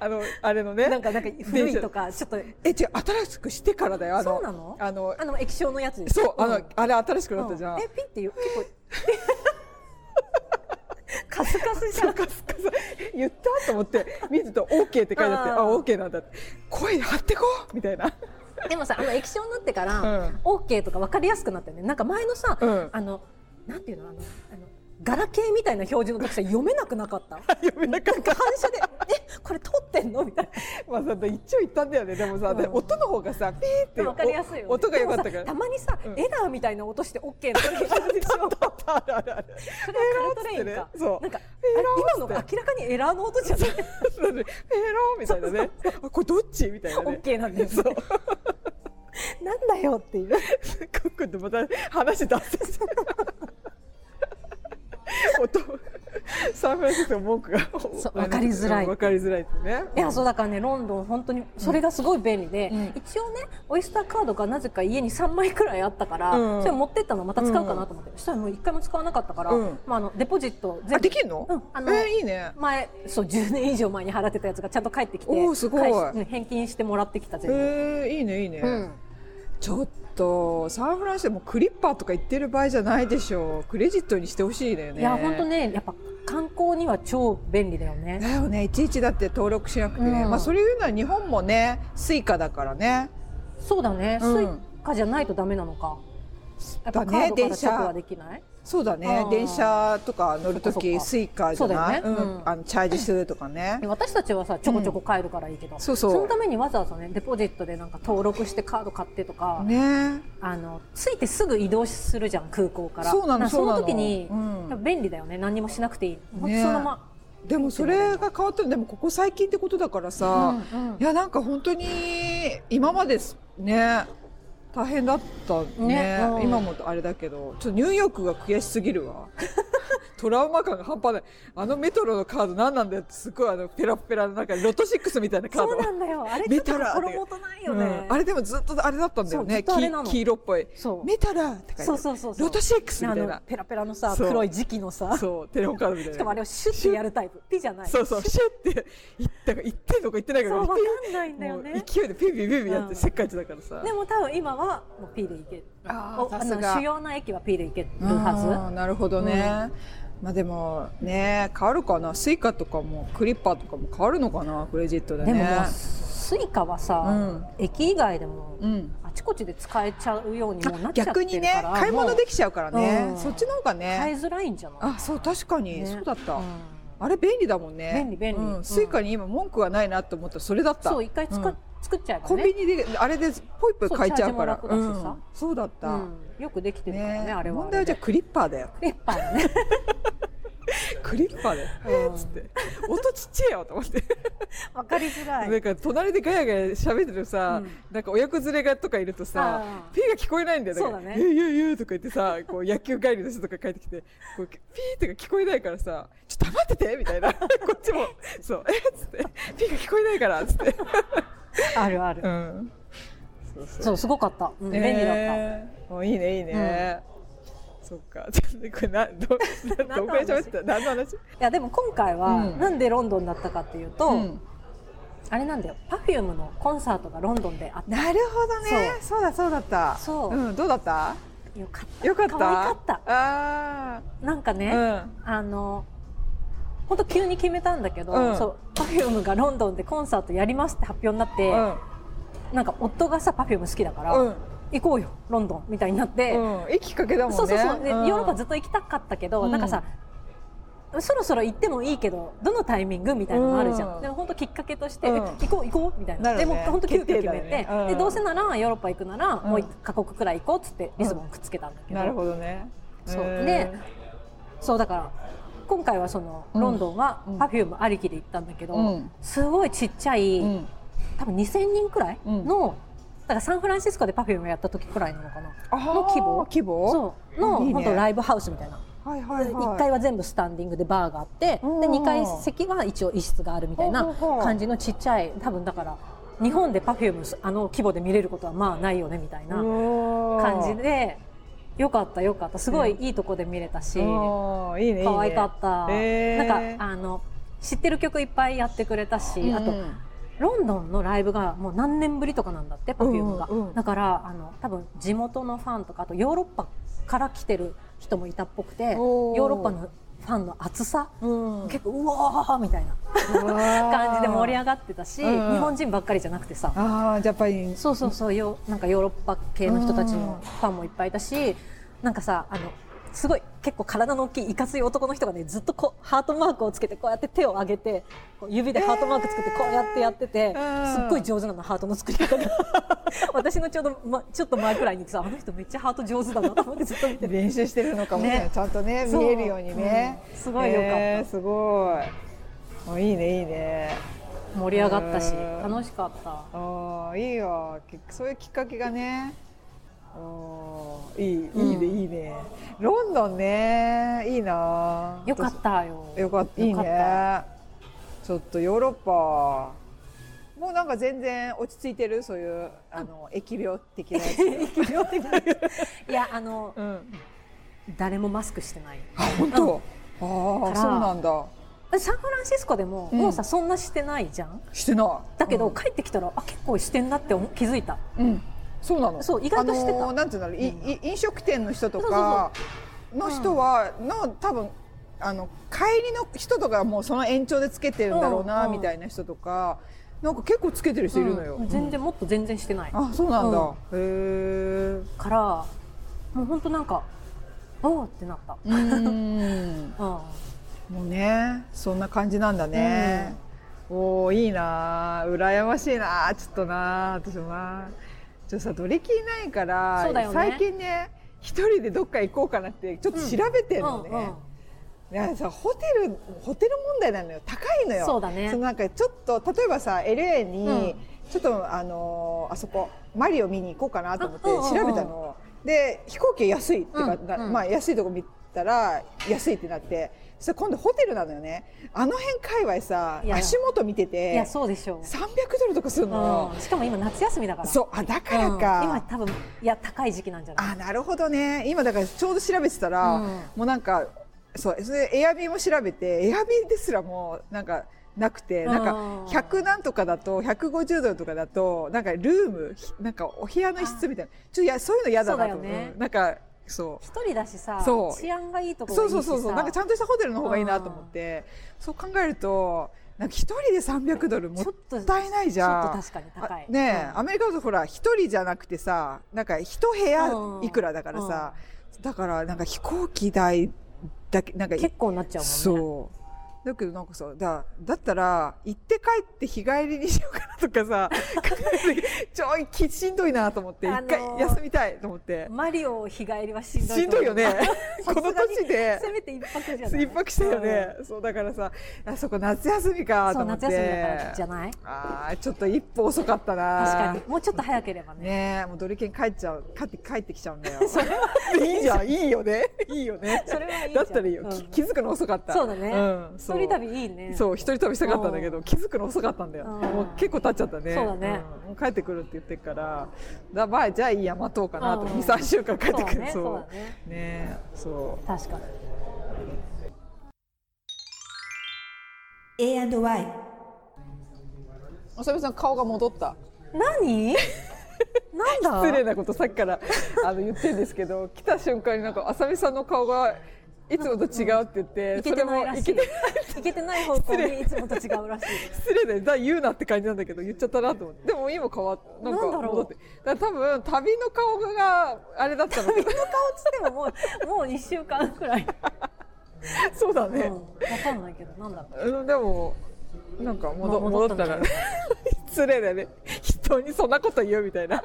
S1: あのあれのね
S2: なんかなんか古いとかちょっと
S1: え違う新しくしてからだよあの
S2: そうなの
S1: あの
S2: あの液晶のやつ
S1: そう、あ
S2: ん
S1: のあれ新しくなったじゃん、
S2: うんえピっていう結構 カスカスじゃん
S1: カスカス 言ったと思って見ると OK って書いてあって
S2: あ
S1: あ
S2: ー
S1: OK なんだって声張ってこうみたいな
S2: でもさあの液晶になってか
S1: う
S2: ら
S1: ん
S2: OK とか分かりやすくなったよねなんか前のさ、
S1: うん
S2: あのなんていうのあのあのガラケーみたいな表示の時さ読めなくなかった
S1: 読めなかった
S2: 反射で「えこれ撮ってんの?」みたい
S1: まあさ一応言ったんだよねでもさ、
S2: うん
S1: 音の方がさピーって
S2: な分かりやすいよ、ね、
S1: お音が良かったか
S2: で も
S1: ら
S2: さたまにさ、
S1: うん
S2: エラーみたいな音して OK の時があるで しょ
S1: あるあるある
S2: それはカルトレイン
S1: エラーっ
S2: か
S1: つってねそう
S2: なんか
S1: エラーっつっ
S2: あ
S1: て
S2: 今の明らかにエラーの音じゃない
S1: そうそうえーろーみたいなねあこれどっちみたいなね
S2: OK なんだよね
S1: そう
S2: なんだよっていう
S1: クックってまた話脱線してる音サンフランシスコの文句が
S2: うわかりづらい
S1: 分かりづらいってね
S2: いやそうだからねロンドン本当にそれがすごい便利で、
S1: うん
S2: 一応ねオイスターカードがなぜか家に3枚くらいあったから、
S1: うん
S2: それ持ってったのまた使うかなと思って、そしたらもう1回も使わなかったから、
S1: うん
S2: まあ、あのデポジット全
S1: あ
S2: 部
S1: できるの,、
S2: うんあの
S1: えーいいね
S2: 前そう10年以上前に払ってたやつがちゃんと返ってきて
S1: おーすごい
S2: 返しうん返金してもらってきた全部、
S1: えー、いいねいいね、
S2: うん
S1: ちょっとサンフランシスコもクリッパーとか言ってる場合じゃないでしょうクレジットにしてほしいだよね
S2: いや本当ねやっぱ観光には超便利だよね
S1: だよねいちいちだって登録しなくてね、
S2: うん
S1: まあそれ言うのは日本もねスイカだからね
S2: そうだね、
S1: うん
S2: スイカじゃないとダメなのかやっ
S1: だ
S2: ぱ
S1: ね
S2: カードから
S1: 電車
S2: 直はできない
S1: そうだね
S2: うん
S1: 電車とか乗ると
S2: そっかそっ
S1: き
S2: か
S1: スイカじゃない
S2: そうだよ
S1: ん
S2: ねうん
S1: あのチャージするとかね
S2: で私たちはさちょこちょこ買えるからいいけど、
S1: そうそう
S2: のためにわざわざねデポジットでなんか登録してカード買ってとか、
S1: ね
S2: あのついてすぐ移動するじゃん空港から
S1: そうなの
S2: だから
S1: そうなの
S2: の時に、
S1: うん
S2: やっぱ便利だよね何にもしなくていい、ほんと
S1: ね
S2: そのま
S1: でもそれが変わったのでもここ最近ってことだからさ、
S2: ま、うんうん
S1: いやなんか本当に今まですね大変だったね
S2: ねうん
S1: 今もあれだけどちょっとニューヨークが悔しすぎる わトラウマ感が半端ないあのメトロのカード何なんだよってすごいあのペラッペラの中にロト6みたいなカー
S2: そう
S1: ド
S2: なんだよあれちょっと
S1: 見たら
S2: 心もとないよ
S1: う
S2: ね、
S1: んあれでもずっとあれだったんだよ
S2: そうず
S1: ね
S2: っとあれなの
S1: き黄色っぽい
S2: そう
S1: メタラーって書いてある
S2: そうそうそうそう
S1: ロト6みたい
S2: あの
S1: な
S2: ペラペラのさ
S1: そう
S2: 黒い磁器のさ
S1: そうテレホンカードみたいな
S2: しかもあれをシュッてやるタイプピじゃない
S1: そうそうシュッて言ったか言ってんのか言ってないか
S2: そう
S1: が
S2: わかんないんだ
S1: も
S2: よ
S1: う
S2: ね
S1: 勢いでピューピューピューピューやっ
S2: うん
S1: てせっかちだからさ
S2: でも多分今はもう P で行ける
S1: あ
S2: おあの主要な駅は P で行けるはず
S1: あーなるほどね、まあでもね変わるかなスイカとかもクリッパーとかも変わるのかなクレジットで
S2: で
S1: ね
S2: ももうスイカはさ、
S1: うん
S2: 駅以外でも
S1: うん
S2: あちこちで使えちゃうようにもうなっちゃってるか
S1: 逆
S2: ら
S1: にね買い物できちゃうからね、
S2: うん
S1: そっちの方が
S2: 買い
S1: ね
S2: づらいんじゃない
S1: あそう確かに、
S2: ね
S1: そうだった、
S2: うん
S1: あれ便利だもんね
S2: 便利便利
S1: う
S2: うん
S1: ん、スイカに今文句はないなと思ったらそれだった
S2: そう一回作,、
S1: うん
S2: 作っちゃえばね
S1: コンビニであれでポイポイ買えちゃうから
S2: そうチャージも楽だしさ
S1: うんそうだった、
S2: うん、よくできてるからね
S1: ね
S2: あれは
S1: 問題はじゃあクリッパーだよ
S2: クリッパーね、
S1: クリッパーだよ
S2: うん
S1: つって音ちっちゃいよと思って、
S2: わかりづら
S1: ないんか隣でガヤガヤ喋ってるさ、
S2: うん
S1: なんか親子連れがとかいるとさ
S2: あー
S1: ピーが聞こえないんだよ
S2: そうだね
S1: いやいやいやとか言ってさこう野球帰りの人とか帰ってきてこうピーとか聞こえないからさちょっと黙っててみたい なこっちもそうえっつってピーが聞こえないからっつって
S2: あるある、
S1: うんそうそう
S2: そうすごかった、うん便利だった
S1: った。あいいねいいね。そっか。 ちょっとこれなどなどこで喋ってた？何の話？
S2: いやでも今回は、
S1: うん
S2: なんでロンドンだったかっていうと、あれなんだよ Perfume のコンサートがロンドンであっ
S1: なるほどね。そうだそうだった。
S2: そう
S1: うんどうだった？
S2: たよかった
S1: よかった。
S2: 可愛かった
S1: あ
S2: なんかね、
S1: あ。
S2: あの本当急に決めたんだけど、
S1: うん
S2: そう Perfume がロンドンでコンサートやりますって発表になって、
S1: う
S2: なんか夫がさ Perfume 好きだから、
S1: んうん
S2: 行こうよロンドンみたいになって、
S1: うん。いいきっかけだもんね。
S2: そうそうそうでヨ
S1: ん
S2: ーロッパずっと行きたかったけど、
S1: うん
S2: なんかさそろそろ行ってもいいけどどのタイミングみたいなのあるじゃん、
S1: うん
S2: でも本当きっかけとして、
S1: うん
S2: え行こう行こうみたいな
S1: なる
S2: で
S1: ね
S2: も本当急遽決
S1: 決定
S2: め
S1: だよ
S2: て、
S1: ねうん
S2: でどうせならヨーロッパ行くなら、もう1カ国くらい行こうっつってリスボンくっつけたんだけど,、
S1: なるほどね。
S2: そう
S1: うん
S2: でそうだから今回はその
S1: うん
S2: ロンドンは
S1: うん
S2: Perfume ありきで行ったんだけど、
S1: うん
S2: すごいちっちゃい、
S1: うん
S2: 多分2000人くらい
S1: うん
S2: の、だからサンフランシスコで Perfume やった時くらいなのかな
S1: あー
S2: の規模
S1: 規模
S2: そうの
S1: いいね
S2: 本当ライブハウスみたいな。
S1: はいはいはい。
S2: 1階は全部スタンディングでバーがあってで
S1: うん
S2: 2階席が一応一室があるみたいな感じのちっちゃい多分だから日本で Perfume あの規模で見れることはまあないよねみたいな感
S1: 感
S2: じでよかったよかったすごいいいとこで見れたし
S1: いいねいいね。
S2: 可愛かった
S1: えー
S2: なんかあの知ってる曲いっぱいやってくれたしあと
S1: うん
S2: ロンドンのライブがもう何年ぶりとかなんだって Perfume が、
S1: うんうんうん
S2: だからあの多分地元のファンとかあとヨーロッパから来てる人もいたっぽくて
S1: おー
S2: ヨーロッパのファンの熱さ
S1: うん
S2: 結構うわーみたいな感
S1: 感
S2: じで盛り上がってたし、
S1: うんうん
S2: 日本人ばっかりじゃなくてさ、
S1: ああやっぱり
S2: そうそうそうよなんかヨーロッパ系の人たちの
S1: うん
S2: ファンもいっぱいいたしなんかさあのすごい結構体の大きいいかつい男の人がねずっとこうハートマークをつけてこうやって手を上げてこう指でハートマーク作ってこうやってやってて、
S1: うん
S2: すっごい上手なのハートの作り方が 私のちょうど、ま、ちょっと前くらいにさあの人めっちゃハート上手だなと思ってずっと見てて
S1: 練習してるのかもね
S2: ね
S1: ちゃんとね見
S2: そう
S1: えるようにね、
S2: うんすごい良かった
S1: えーすごいおいいねいいね
S2: 盛り上がったし
S1: うん
S2: 楽しかった。
S1: ああいいよきそういうきっかけがねおーいいいいね、
S2: うん
S1: いいねロンドンねいいな
S2: よかったよ。
S1: よかったいい
S2: よかっ
S1: ね
S2: た
S1: ちょっとヨーロッパもうなんか全然落ち着いてるそういうあの疫病的なやつ 疫病的なやつ
S2: いやあの
S1: うん
S2: 誰もマスクしてない。
S1: あ本当あ
S2: か
S1: あ
S2: ら
S1: そうなんだ
S2: サンフランシスコでも、
S1: うん
S2: もうさそんなしてないじゃん。
S1: してない
S2: だけど、帰ってきたらあ結構してんなって思気づいた。
S1: うん、うんそうなの
S2: そう意外としてた
S1: あのーなんていうんだろう、い
S2: うん
S1: い飲食店の人とかの人はの多分あの帰りの人とかもうその延長でつけてるんだろう
S2: うん
S1: な
S2: うん
S1: みたいな人とかなんか結構つけてる人いるのよ、
S2: うん全然もっと全然してない。
S1: あそうなんだ、
S2: うん
S1: へえ
S2: からもう本当なんかおーってなった。
S1: うーん
S2: うん。
S1: もうねそんな感じなんだね、おおいいなー羨ましいなーちょっとなー私もなーちょっとさドリキンないから
S2: そうだよね
S1: 最近ね一人でどっか行こうかなってちょっと調べてるのね、
S2: うんうん
S1: いやさホテルホテル問題なのよ高いのよ
S2: そうだね
S1: のなんかちょっと例えばさ LA に、
S2: うん
S1: ちょっとあのーあそこマリオ見に行こうかなと思って
S2: あうんうんうん
S1: 調べたの、で飛行機安いっていうか、
S2: うん
S1: な
S2: うん
S1: まあ安いとこ見たら安いってなってそしたら今度ホテルなのよねあの辺界隈さ
S2: いや
S1: 足元見て
S2: いや
S1: て
S2: そうでしょう。
S1: 300ドルとかするの
S2: う、ん、しかも今夏休みだから。
S1: そうあだから
S2: う
S1: か、
S2: ん今多分いや高い時期なんじゃない。
S1: あなるほどね今だからちょうど調べてたら、
S2: うん
S1: もうなんかそうそれでエアビーも調べてエアビーですらもうなんかなくてなんか
S2: うん
S1: 100なんとかだと150ドルとかだとなんかルームひなんかお部屋の一室みたいなちょっとやそういうの嫌だなと
S2: そう
S1: 思
S2: だ
S1: う
S2: よね
S1: うんなんかそ
S2: 一人だしさ
S1: そう
S2: 治安がいいと
S1: う
S2: こ
S1: そ
S2: ろがいういし
S1: そ
S2: さ
S1: うそうそうなんかちゃんとしたホテルの方がいいなと思ってそう考えるとなんか一人で300ドルも
S2: ちょっと
S1: ったいないじゃん
S2: ちょっと確かに高い
S1: あねえ、
S2: うん
S1: アメリカだとほら一人じゃなくてさなんか一部
S2: う
S1: 屋
S2: ん
S1: いくらだからさ、だからなんか飛行機代だけなんか
S2: 結構なっちゃうもんね。
S1: そうだけどなんかさだだったら行って帰って日帰りにしようかなとかさ 考えてちょいきしんどいなと思って
S2: あ
S1: 一
S2: のー
S1: 回休みたいと思って
S2: マリオ日帰りはしんどい
S1: しんどい よねこの年で
S2: せめて一泊じゃない
S1: 一泊したよね、そうだからさあそこ夏休み
S2: う
S1: か
S2: ん
S1: と
S2: そう
S1: 思っ
S2: 夏
S1: て
S2: 休みだからじゃない
S1: あーちょっと一歩遅かったな
S2: 確かにもうちょっと早ければね
S1: ねえもうドリケン帰っちゃう帰って帰ってきちゃ うんだよそれはいいじゃんいいよねいいよね
S2: それはいいじゃ
S1: だ
S2: ん
S1: ったらいいよ、き
S2: うん
S1: 気づくの遅かった
S2: そうだね
S1: うん、
S2: 一
S1: そう
S2: 人旅いいね
S1: そう一人旅したかったんだけど気づくの遅かったんだよ
S2: うん
S1: もう結構経っちゃったね
S2: そうだね
S1: んもう帰ってくるって言ってっからだばいじゃあいいや待とうかなと
S2: うん
S1: 二三週間帰ってくる
S2: そうだねそうだね
S1: ねえそ
S2: 確かに
S3: A&Y
S1: うおさみさん顔が戻った
S2: 何なんだ
S1: 失礼なことさっきからあの言ってるんですけど来た瞬間になんかあさみさんの顔がいつもと違うって言って
S2: いけてないらしい
S1: それもいけて
S2: いけてない方向にいつもと違うらしい
S1: 失礼だよだ言うなって感じなんだけど言っちゃったなと思 ってでも今変わったなんか
S2: なんだろう
S1: 戻ってだから多分旅の顔があれだったの
S2: 顔つってももうもう2週間くらい、
S1: そうだ
S2: うん、
S1: ね、
S2: 分かんないけどなんだろう
S1: うん、でもなんか戻,、
S2: まあ戻
S1: 戻
S2: っ
S1: ったた
S2: んだ
S1: ら
S2: ろう
S1: 失礼だね人にそんなこと言うみたいな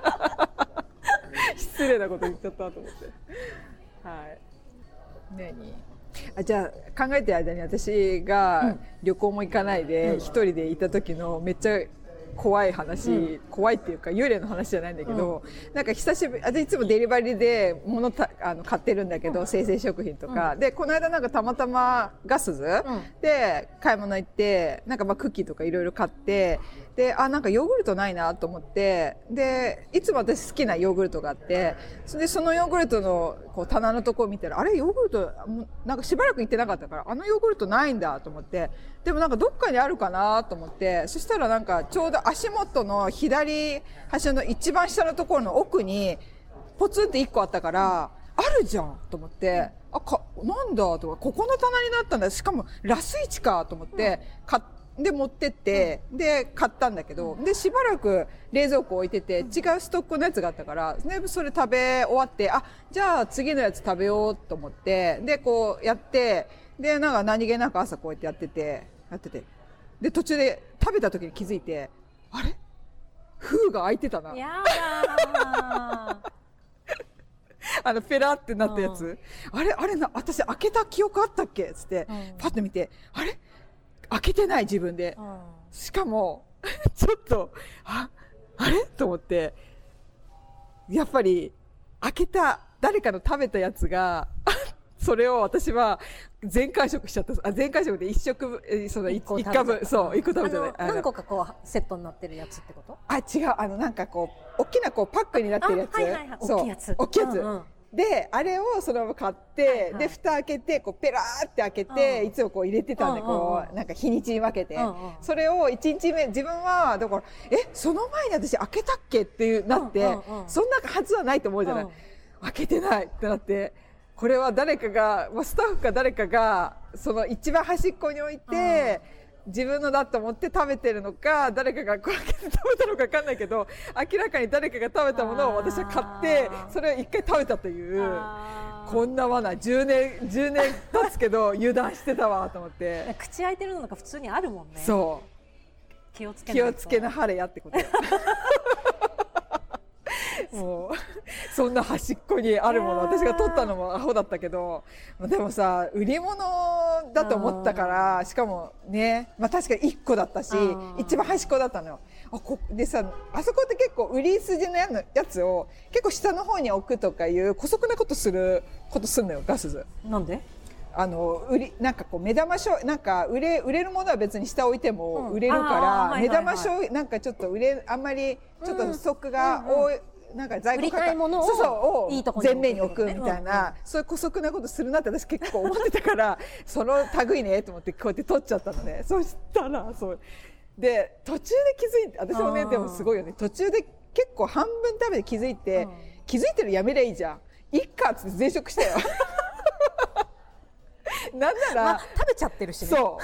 S1: 失礼なこと言っちゃったと思ってはい何あじゃあ考えてる間に私が旅行も行かないで一人でいた時のめっちゃ怖い話、怖いっていうか幽霊の話じゃないんだけど、なんか久しぶり私いつもデリバリーで物たあの買ってるんだけど、生鮮食品とか、でこの間なんかたまたまガスズ、で買い物行ってなんかまあクッキーとかいろいろ買ってであなんかヨーグルトないなと思ってでいつも私好きなヨーグルトがあってそれでそのヨーグルトのこう棚のとこを見たらあれヨーグルトもうなんかしばらく行ってなかったからあのヨーグルトないんだと思ってでもなんかどっかにあるかなと思ってそしたらなんかちょうど足元の左端の一番下のところの奥にポツンって1個あったから、あるじゃんと思って、あかなんだとかここの棚になったんだしかもラスイチかと思って、買っで持ってって、で買ったんだけど、でしばらく冷蔵庫置いてて違うストックのやつがあったから、でそれ食べ終わってあじゃあ次のやつ食べようと思ってでこうやってでなんか何気なく朝こうやってやっててやっててで途中で食べた時に気づいてあれ封が開いてたな
S2: やだ
S1: あの、ペラってなったやつ。あれあれな、私開けた記憶あったっけつって、
S2: うん
S1: パッと見て、あれ開けてない自分で
S2: ー、う。ん
S1: しかも、 ちょっと、あ、あれと思って、やっぱり、開けた、誰かの食べたやつが、 それを私は全完食しちゃった。あ全完食で一食分、えその一
S2: 一個食べ
S1: 一
S2: ち
S1: 回
S2: ゃった
S1: 分、そう、一個食べてない。
S2: あ
S1: あ
S2: の
S1: の
S2: 何個かこうセットになってるやつってこと
S1: あ、違う、あの、なんかこう、大きなこうパックになってるやつ。
S2: あはいはいはい
S1: そう
S2: 大きいやつ
S1: 大きいやつ。
S2: うんうん
S1: で、あれをそのまま買って、
S2: はいはい
S1: で、蓋開けて、こう、ペラーって開けて、
S2: うん
S1: いつもこう入れてたんで、
S2: うんうんうん
S1: こう、なんか日にちに分けて。
S2: うんうん
S1: それを1日目、自分は、だから、え、その前に私開けたっけっていう、なって、
S2: うんうんうん
S1: そんなはずはないと思うじゃない。
S2: うん
S1: 開けてないってなって、これは誰かが、まあスタッフか誰かが、その一番端っこに置いて、自分のだと思って食べてるのか、誰かがこれ開けて食べたのかわかんないけど、明らかに誰かが食べたものを私は買って
S2: あ、ー
S1: それを一回食べたという。
S2: あー
S1: こんな罠10年10年経つけど油断してたわと思 って
S2: 口開いてるのなんか普通にあるもんね
S1: そ
S2: 気をつ
S1: う
S2: け
S1: 気
S2: ない
S1: を
S2: と
S1: つけなはれやって ことよもうそんな端っこにあるもの
S2: いやー
S1: 私が取ったのもアホだったけどでもさ売り物だと思ったからしかもね、まあ、確かに1個だったし
S2: うん
S1: 一番端っこだったのよあこでさあそこって結構売り筋のやのやつを結構下の方に置くとかいう姑息なことすることすんのよガスズ。
S2: なんで
S1: あの売りなんかこう目玉商なんか売れ売れるものは別に下置いても
S2: うん
S1: 売れるから、
S2: あーはいはいはい
S1: 目玉商なんかちょっと売れあんまりちょっと不足が多い、なんか在庫
S2: 売りたいものを
S1: そうそう
S2: いいとこに置
S1: 前
S2: く
S1: 面に置くみたいな、そういう姑息なことするなって私結構思ってたから その類ねと思ってこうやって取っちゃったのねそしたらそうで途中で気づいて私もね
S2: あー
S1: でもすごいよね途中で結構半分食べて気づいて、
S2: うん
S1: 気づいてるやめりゃいいじゃんいっかっつって前職したよ なんなら、
S2: まあ食べちゃってるしね
S1: そ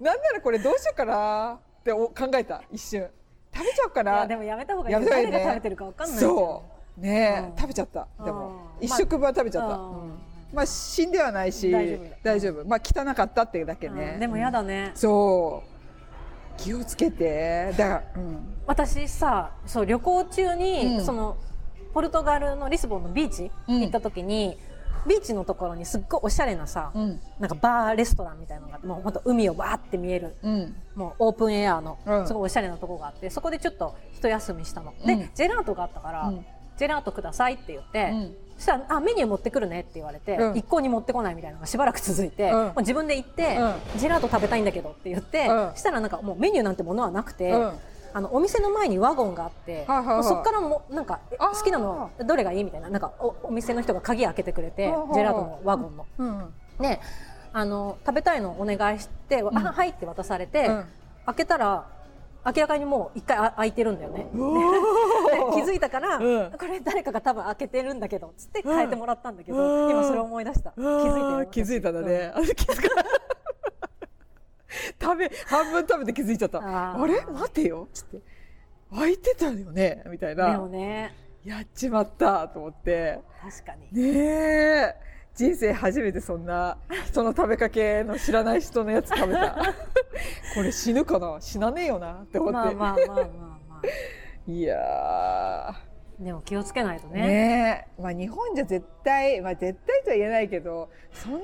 S1: う なんならこれどうしようかなってお考えた一瞬食べちゃおうか
S2: い
S1: な
S2: やでもやめた方がいい
S1: や
S2: よ
S1: めた方がい
S2: 誰
S1: い
S2: が
S1: ね
S2: 食べてるかわかんないじゃん
S1: そうねえ、
S2: うん
S1: 食べちゃったでも
S2: うん
S1: 一食分は食べちゃった、
S2: うん
S1: うんまあ死んではないし
S2: 大丈夫
S1: 大丈夫まあ汚かったってだけ
S2: う
S1: ね
S2: んでもやだね
S1: そう気をつけてだからうん
S2: 私さそう旅行中に、
S1: うん
S2: そのポルトガルのリスボンのビーチ
S1: うん
S2: 行った時に、ビーチのところにすっごいおしゃれなさ、
S1: うん
S2: なんかバーレストランみたいなのがあってもうほんと海をわーって見える
S1: うん
S2: もうオープンエアの
S1: うん
S2: すごいおしゃれなとこがあって、そこでちょっと一休みしたの、
S1: うん
S2: でジェラートがあったから、
S1: うん
S2: ジェラートくださいって言って、
S1: うん
S2: そしたらあメニュー持ってくるねって言われて、
S1: うん
S2: 一向に持ってこないみたいなのがしばらく続い
S1: うん
S2: て、もう自分で行って、
S1: う
S2: ジェラート食べたいんだけどって言って、
S1: うん
S2: そしたらなんかもうメニューなんてものはなくて、
S1: うん
S2: あのお店の前にワゴンがあって、
S1: はいはいはい
S2: もうそこからもうなんかえ
S1: あー
S2: 好きなのどれがいいみたいななんかおお店の人が鍵開けてくれ
S1: は
S2: て、
S1: いはいはい
S2: ジェラートのワゴンの。
S1: うん
S2: であの食べたいのお願いして
S1: ん
S2: 「あはい」って渡されて、
S1: うん
S2: 開けたら明らかにもう一回あ開いてるんだよね。で気づいたから、
S1: うん
S2: これ誰かが多分開けてるんだけどつって変えてもらったんだけ
S1: う
S2: ど、
S1: ん
S2: 今それ思い出した、
S1: 気
S2: 気づいたよ
S1: 気づいた だね、あ気づか食べ半分食べて気づいちゃった
S2: あ
S1: あ
S2: ー
S1: れ待てよつって開いてたよねみたい
S2: うんでも
S1: な、
S2: ね
S1: やっちまったと思って
S2: 確かに、
S1: ねえ人生初めてそんな人の食べかけの知らない人のやつ食べた これ死ぬかな死なねえよなって思って、
S2: まあまあまあまあまあ
S1: いやー
S2: でも気をつけないとね
S1: ねえ、まあ、日本じゃ絶対、まあ、絶対とは言えないけどそんな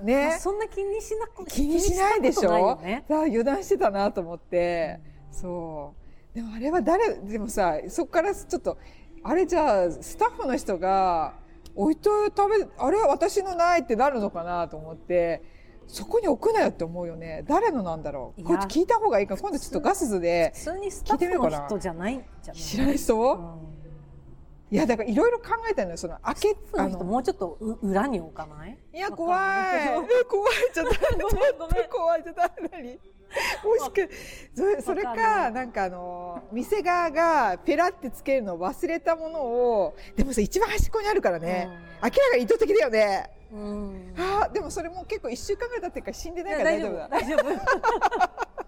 S2: ま
S1: ね
S2: あそんな気にしなく
S1: 気にしないでし
S2: 気にたこと
S1: ょ
S2: な、いよね
S1: さあ油断してたなと思って、そうでもあれは誰でもさそこからちょっとあれじゃあスタッフの人が置いといて食べあれは私のないってなるのかなと思ってそこに置くなよって思うよね誰のなんだろう
S2: いや
S1: こいつ聞いた方がいいから今度ちょっとガスズで
S2: 普通にスタッフの人じゃないんじゃない
S1: 知らない人、
S2: うん
S1: いやだからいろいろ考えたのよその開け
S2: スタッフの人もうちょっとう裏に置かない
S1: いや
S2: わ
S1: 怖
S2: かん
S1: い
S2: なけど
S1: え怖いじゃない
S2: ごめんごめん
S1: 怖いじゃない何 もしくそれそれ
S2: わかんな
S1: か
S2: い
S1: なんかあの店側がペラってつけるのを忘れたものをでもさ一番端っこにあるからね、明らかに意図的だよね
S2: うん
S1: あーでもそれも結構一週間ぐらい経ってるから死んでない
S2: い
S1: か
S2: や
S1: ら
S2: 大
S1: 大
S2: 丈
S1: 丈
S2: 夫
S1: 夫だ
S2: 大丈夫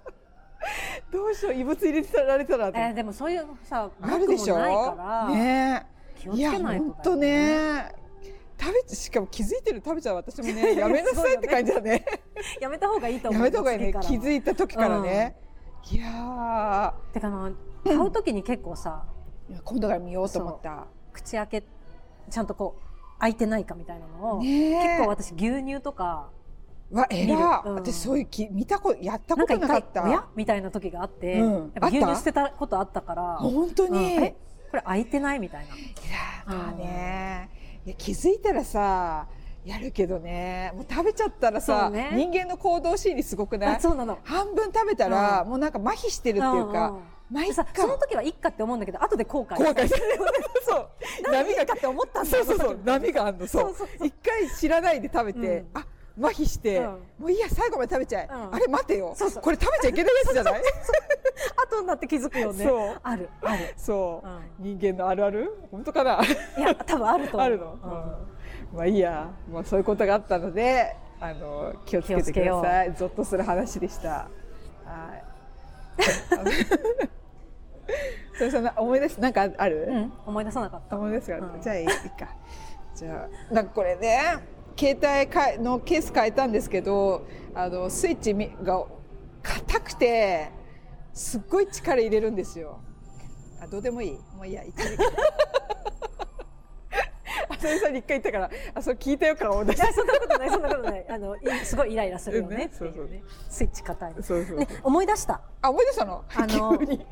S1: どうしよう異物入れてられたらと
S2: え
S1: 思っ
S2: ーでもそういうさ
S1: てなるでしょ
S2: 文句もないから、
S1: ね
S2: 気を
S1: え
S2: つ
S1: い
S2: け
S1: や
S2: ないとだよ
S1: 本当ね食べしかも気づいてる食べちゃう私 もねやめなさいって感じだね
S2: やめた方がいいと思
S1: や
S2: う
S1: めた方がいいね気づ
S2: い
S1: いた時からね、いや
S2: てかまあ買う時に結構さ
S1: ーいや今度から見ようと思った
S2: 口開けちゃんとこう開いてないかみたいなのを、
S1: ねえ
S2: 結構私牛乳とか
S1: わえら、
S2: 見るうん
S1: 私そういうき見たことやった
S2: な
S1: こ
S2: んか
S1: となか
S2: 一回
S1: った
S2: おやみたいな時があって、
S1: うん
S2: やっぱ牛
S1: あっ
S2: 乳
S1: た
S2: 捨てたことあったから
S1: 本当に、
S2: うん
S1: いや
S2: えこれ開いてないみたいな
S1: ーまあねいや気づいたらさやるけどねもう食べちゃったら
S2: そ
S1: さ、
S2: うね
S1: 人間の行動心理すごくない
S2: あそうなの
S1: 半分食べたら、
S2: う
S1: もうなんか麻痺してるっていうか、
S2: んん
S1: 毎回
S2: でさその時はいっかって思うんだけど後で後悔
S1: 後悔してるそう波が
S2: いっかって思ったんだ
S1: そう
S2: よ
S1: そうそう
S2: の時
S1: 波があんのそう
S2: そうそう
S1: 一回知らないで食べて、
S2: うん
S1: あ麻痺して、
S2: うん
S1: もういいや最後まで食べちゃえ、
S2: うん
S1: あれ待てよ
S2: そうそう
S1: これ食べちゃいけないやつじゃない
S2: 後になって気づくよね
S1: そう
S2: あるある、
S1: そうう、
S2: ん
S1: 人間のあるある本当かな
S2: いや多分あると思
S1: あ
S2: う
S1: るの、うんまあいいや、まあ、そういうことがあったのであの気をつけてくださいゾッとする話でしたはい それそんな思い出すなんかある、
S2: うん、うん思い出さなかった
S1: 友ですが、
S2: うん
S1: じゃあいいかじゃあなんかこれね携帯かえのケース変えたんですけどあのスイッチみが硬くてすっごい力入れるんですよあどうでもいいもういいや一時あそれさんに一回言ったからあそれ聞いたよから思い出し
S2: いやそんなことないそんなことないあのいすごいイライラするよね
S1: ね
S2: っていうね
S1: そうそう
S2: スイッチ硬い
S1: たそうそう
S2: ね思い出した
S1: あ思い出したの、
S2: あの
S1: 急に
S2: 今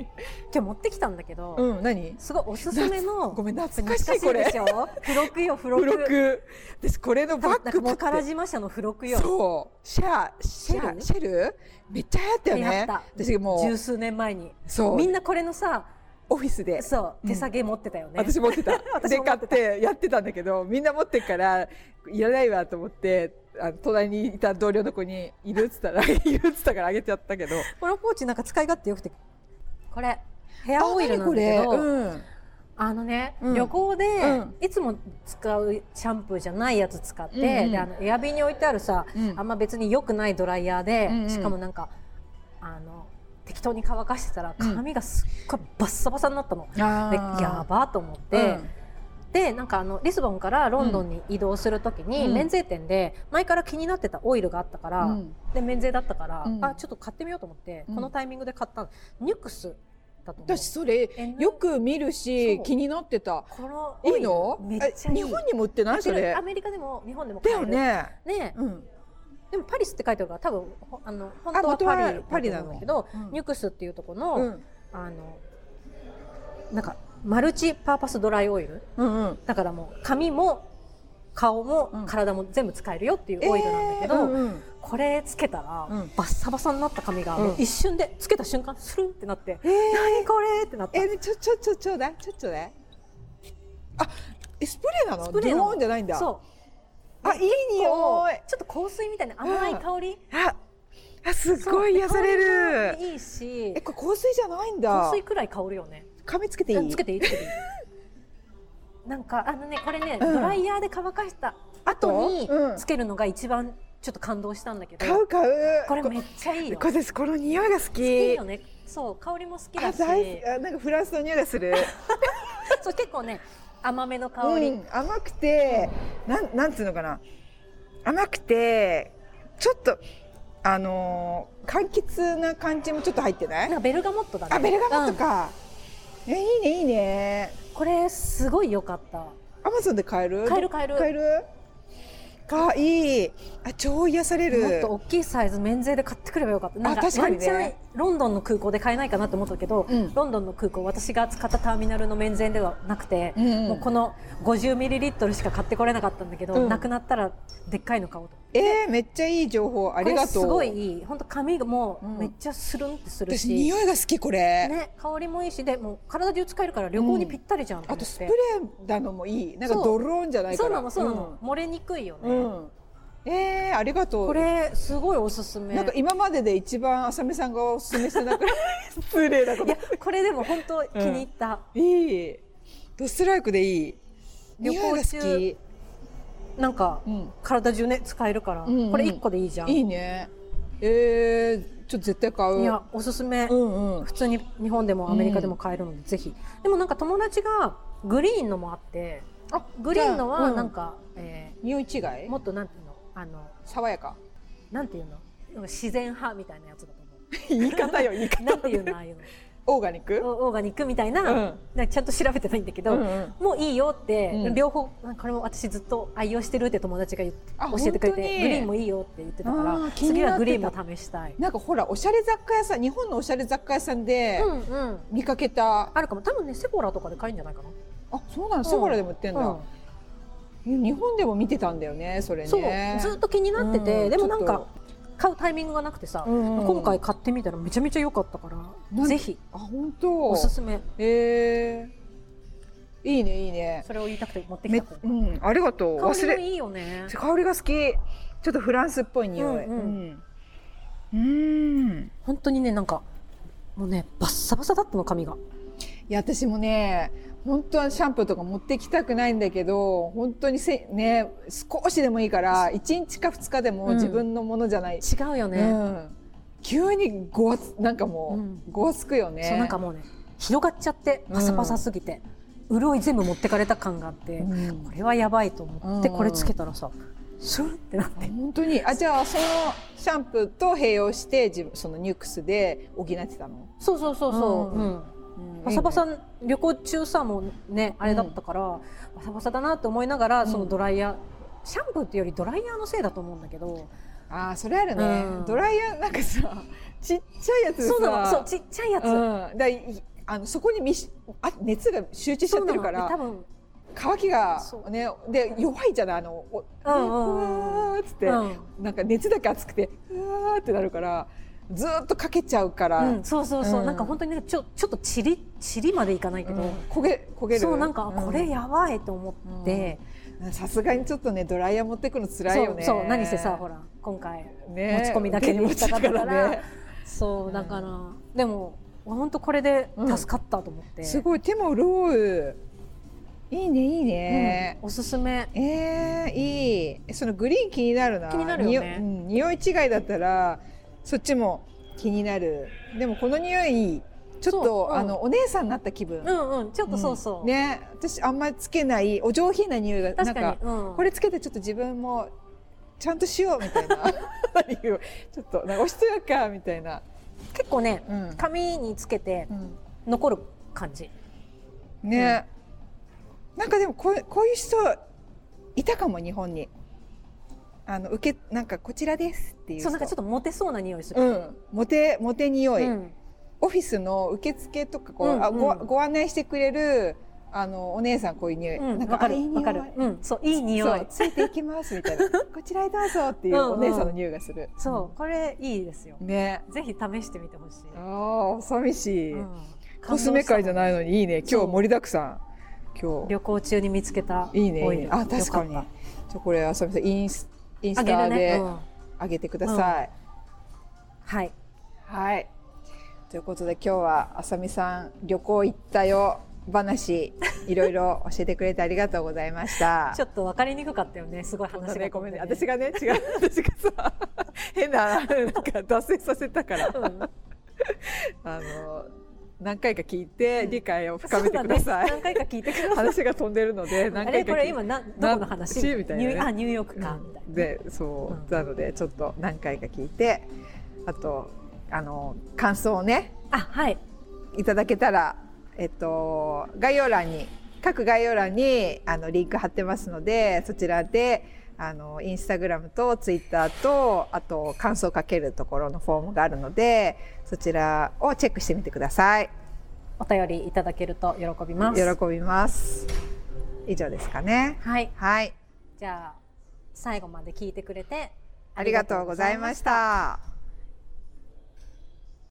S2: 日持ってきたんだけど、
S1: うん何
S2: すごいおすすめの
S1: ごめん懐
S2: 懐
S1: か
S2: か
S1: し
S2: し
S1: い
S2: い
S1: これ
S2: でしょ付録よ付
S1: ブ
S2: 録
S1: ロック私これのバ
S2: 多分
S1: ッグ持
S2: な
S1: っ
S2: んか宝
S1: て
S2: 島社の付録よ
S1: そうシャシ
S2: シェ
S1: ャ
S2: ル
S1: シェルめっちゃ流行ったよ
S2: 流行
S1: ね
S2: った
S1: 私も
S2: 十
S1: う
S2: 数年前に
S1: そう
S2: みんなこれのさ
S1: オフィスで
S2: そう手提げ持ってたよね、
S1: 私持ってた
S2: 私
S1: で
S2: も持
S1: 買
S2: っ
S1: って
S2: た
S1: てやってたんだけどみんな持ってっからいらないわと思ってあの隣にいた同僚の子に「いる?」っつった ら「いる?」っつったからあげちゃったけど
S2: このポーチなんか使い勝手よくてこれヘアオイルなんだけどあ,、
S1: うん
S2: のね、
S1: うん
S2: 旅行で、
S1: うん
S2: いつも使うシャンプーじゃないやつ使って、
S1: うんうん
S2: であのエアビーに置いてあるさ、
S1: うん
S2: あんま別に良くないドライヤーで、
S1: うんうん
S2: しかもなんかあの適当に乾かしてたら髪がすっごいバッサバサになったの、
S1: あ
S2: で
S1: ー
S2: やばーと思って、
S1: うん
S2: でなんかあのリスボンからロンドンに移動するときに、
S1: うん
S2: 免税店で前から気になってたオイルがあったから、
S1: うん
S2: で免税だったから、
S1: うん
S2: あちょっと買ってみようと思って、
S1: うん
S2: このタイミングで買ったのニュクスだと思う
S1: 私それ
S2: えなん
S1: よく見るし
S2: そう
S1: 気になってた
S2: このオイ
S1: い
S2: ル
S1: いの
S2: めっちゃい
S1: え
S2: い
S1: 日本にも売ってないそれ
S2: アメリカでも日本でも
S1: だ
S2: 買え
S1: よ
S2: る
S1: ね
S2: ね
S1: うん
S2: でもパリスって書いてあるから多分ほあの本当は
S1: 元は
S2: パリ
S1: パリなの
S2: だと思うんだけど、
S1: うん
S2: ニュクスっていうとこの,、
S1: うん
S2: あのなんかマルチパーパスドライオイル
S1: うんうん
S2: だからもう髪も顔も
S1: うん
S2: 体も全部使えるよっていうオイルなんだけど、
S1: えーうんうん
S2: これつけたら
S1: うん
S2: バッサバサになった髪が
S1: うん
S2: もう一瞬でつけた瞬間スルンってなって
S1: えー
S2: 何これってなった
S1: えーちょちょちょちょうだいちょちょうだいあえスプレーなの
S2: スプレーなの
S1: ドローンじゃないんだ
S2: そう
S1: あいい
S2: こ
S1: 匂いう
S2: ちょっと香水みたいな甘い香り
S1: ああすっ
S2: そう
S1: ごい癒され
S2: 香り
S1: る
S2: もいいし
S1: えこれ香水じゃないんだ
S2: 香水くらい香るよね
S1: 髪つけていい
S2: うんつけてい いつけていいなんかあのねこれね
S1: うん
S2: ドライヤーで乾かした後に
S1: うん
S2: つけるのが一番ちょっと感動したんだけど
S1: 買う買う
S2: これめっちゃいいよ
S1: これですこの匂いが好き
S2: いいよねそう香りも好きだ
S1: あ
S2: し
S1: 大好あなんかフランスの匂いがす る
S2: そう結構ね甘めの香り、
S1: うん、甘くてなんなんつうのかな甘くてちょっとあのー、柑橘な感じもちょっと入ってな
S2: なん
S1: い
S2: かベルガモットだね
S1: あベルガモット、か、えいいねいいね
S2: うんこれすごい良かった
S1: アマゾンで買える
S2: 買える買える
S1: 買えるかいいあ超癒される
S2: もっと大きいサイズ免税で買ってくればよかったなん
S1: あ
S2: か
S1: 確かにね
S2: ワンチャンロンドンの空港で買えないかなと思ったけど、
S1: うん
S2: ロンドンの空港私が使ったターミナルの免税ではなくて、
S1: うんうん
S2: もうこの50ミリリットルしか買ってこれなかったんだけど、
S1: うん
S2: なくなったらでっかいの買おうと
S1: えー、めっちゃいい情報ありがとう
S2: これすごいいい本当髪がもう
S1: うん
S2: めっちゃスルンってする
S1: 私
S2: し、
S1: 匂いが好きこれ、
S2: ね、香りもいいしでもう体中使えるから旅行にぴったりじゃんと
S1: あ
S2: 思っ
S1: と
S2: て、
S1: スプレーなのもいいなんか
S2: そう
S1: ドローンじゃないか
S2: そ
S1: ら
S2: うなのそうなの、漏れにくいよね、
S1: うん、うん、えー、ありがとう
S2: これすごいおすすめ
S1: なんか今までで一番浅見さんがおすすめしてなく ない失礼だこ
S2: いやこれでも本当気に入った、
S1: いいドストライクでいい
S2: 旅行
S1: 匂いが好
S2: 中
S1: き、
S2: なんか、
S1: うん、
S2: 体中ね使えるから、
S1: うんうん
S2: これ1個でいいじゃん
S1: いいねえー、ちょっと絶対買う
S2: いやおすすめ、
S1: うんうん
S2: 普通に日本でもアメリカでも買えるので、ぜひでもなんか友達がグリーンのもあって
S1: あ
S2: グリーンの
S1: じゃあ
S2: は
S1: う
S2: なんか、え
S1: 匂い違い
S2: ーもっとなんていうのあの
S1: 爽や か
S2: なんていうのなんか自然派みたいなやつだと思
S1: 言い方よ言いう方
S2: なんていうのああいう
S1: オーガニッ ク
S2: のオオーガニックみたいな、
S1: うん
S2: なんかちゃんと調べてないんだけど、
S1: うんうん
S2: もういいよって、
S1: うん
S2: 両方なんかこれも私ずっと愛用してるって友達が言って
S1: あ
S2: 教えてくれ
S1: 本当
S2: て
S1: に
S2: グリーンもいいよって言ってたか
S1: あー
S2: ら
S1: 気に
S2: 次
S1: なってた
S2: はグリーンも試したい。
S1: なんかほらおしゃれ雑貨屋さん日本のおしゃれ雑貨屋さんで
S2: うんうん、
S1: 見かけた、
S2: あるかも多分ねセフォラとかで買えるんじゃないかな、
S1: あそうなのセフォラでも売ってんだ、
S2: う
S1: 日本でも見てたんだよねそれ
S2: ん、
S1: ね
S2: そうずっと気になってて、
S1: うん
S2: でもなん
S1: ちょっ
S2: か買うタイミングがなくてさ、
S1: うんうん
S2: 今回買ってみたらめちゃめちゃ良かったから
S1: なん
S2: ぜひ
S1: あ本当
S2: おすすめ
S1: えー、いいねいいね
S2: それを言いたくて持ってき
S1: め
S2: た香
S1: うんありがとう
S2: りも
S1: 忘れ
S2: いいよね
S1: 香りが好きちょっとフランスっぽい匂い
S2: うん
S1: うんうん
S2: 本当にねなんかもうねバッサバサだったの髪が
S1: いや私もね本当はシャンプーとか持ってきたくないんだけど本当にせね少しでもいいから1日か2日でも
S2: うん
S1: 自分のものじゃない、
S2: 違うよ
S1: う
S2: ね、
S1: ん急にごわつなんかもう、
S2: うん
S1: ごわつくよね
S2: そうなんかもうね広がっちゃってパサパサすぎて、潤い全部持ってかれた感があって、
S1: うん
S2: これはやばいと思って、
S1: うん
S2: これつけたらさスルンってなって
S1: 本当にあじゃあそのシャンプーと併用して自分そのニュークスで補ってたの、
S2: そうそうそうそう、
S1: うん
S2: うんバサバサ旅行中さもうねあれだったから、バサバサだなって思いながら
S1: うん
S2: そのドライヤー、シャンプーっていうよりドライヤーのせいだと思うんだけど
S1: ああそれあるね、
S2: うん
S1: ドライヤーなんかさ ちっちゃいやつでさ
S2: そうなのそうちっちゃいやつ、
S1: うんだいあのそこにみしあ熱が集中しちゃってるか
S2: そうな
S1: ら
S2: ので
S1: 乾きが
S2: そう
S1: ねで弱いじゃないあのお
S2: うんうんうん
S1: うわーっつって、
S2: 多分
S1: なんか熱だけ熱くてうわーってなるからずーっとかけちゃうから、
S2: うん、うん、そうそうそう、
S1: うん
S2: なんか本当にねちょちょっとチリチリまでいかないけど、
S1: うん焦げ焦げる
S2: そうなんか、あこれ
S1: うん
S2: やばいと思って、
S1: さすがにちょっとねドライヤー持ってくの辛い
S2: そ
S1: よ
S2: う
S1: ね
S2: そう何せさほら今回
S1: ね
S2: 持ち込みだけで行きたかったから
S1: 手に持ちね
S2: そううんだから、でも本当これで助かったと思って、
S1: すごい手も潤ういいねいいね、
S2: うんおすすめ
S1: えー、いいえそのグリーン気になるな
S2: 気になるよ
S1: 匂い
S2: ね
S1: うん、匂い違いだったらそっちも気になるでもこの匂いいいちょっ
S2: そう
S1: と、
S2: うん
S1: あのお姉さんになった気分、
S2: うんうんちょっとそうそう、
S1: ね私あんまりつけないお上品な匂いがな
S2: 確
S1: ん
S2: かに
S1: か
S2: うん、
S1: これつけてちょっと自分もちゃんとしようみたいな 何言うちょっとなんかおしとやかみたいな、
S2: 結構ね
S1: うん
S2: 紙につけて
S1: うん
S2: 残る感じ
S1: ね、なんかでもこうこういう人いたかも日本にあの受けなんかこちらですっていう人
S2: そうなんかちょっとモテそうな匂いす
S1: う
S2: る、
S1: んモテモテ匂い、
S2: うん
S1: オフィスの受付とかこう、
S2: うんうん
S1: あごご案内してくれるあのお姉さんこういう匂い、
S2: うん、
S1: なん
S2: わか
S1: あいい
S2: る
S1: 匂
S2: わ
S1: い
S2: かる、うん、そういい匂
S1: そ
S2: いう
S1: ついていきますみたいな こちらへどうぞっていうお姉さんの匂いがする、
S2: そうこれいいですよ
S1: うんね
S2: ぜひ試してみてほしい、
S1: ああ寂しい、
S2: うん
S1: コスメ界じゃないのにいいね今日盛りだくさん今日
S2: 旅行中に見つけた
S1: いいねいい
S2: オイル
S1: ねあ確かに
S2: よっ
S1: ちょこれあさみさんインスイン
S2: たあ
S1: ス
S2: げる
S1: タ
S2: ね、
S1: で
S2: うん
S1: 上げてください、
S2: はい
S1: はいということで今日はあさみさん旅行行ったよ 話いろいろ教えてくれてありがとうございました
S2: ちょっと分かりにくかったよねすごい
S1: ご
S2: 話
S1: め
S2: が、
S1: んね、ごめんね。私
S2: が、
S1: がね、違う、 私がさ、変な、なんか脱線させたから、
S2: うん
S1: あの、何回か聞いて、
S2: うん
S1: 理解を深めてください。
S2: そうね何回か聞いてください
S1: 話が飛んでるので、何回
S2: あれ
S1: か聞
S2: こ
S1: い
S2: れ今などこの話
S1: なみたいなね
S2: ニューあニューヨークか
S1: うん
S2: みたいな、
S1: で、そう、
S2: うん
S1: なので、ちょっと何回か聞いて、あと、あの、感想をね、
S2: あはい
S1: いただけたら、えっと、概要欄に、各概要欄に、あの、リンク貼ってますので、そちらで、あの、インスタグラムとツイッターと、あと、感想をかけるところのフォームがあるので、そちらをチェックしてみてください。
S2: お便りいただけると喜びます
S1: 喜びます。以上ですかね。
S2: はい
S1: はい。
S2: じゃあ最後まで聞いてくれて
S1: ありがとうございました。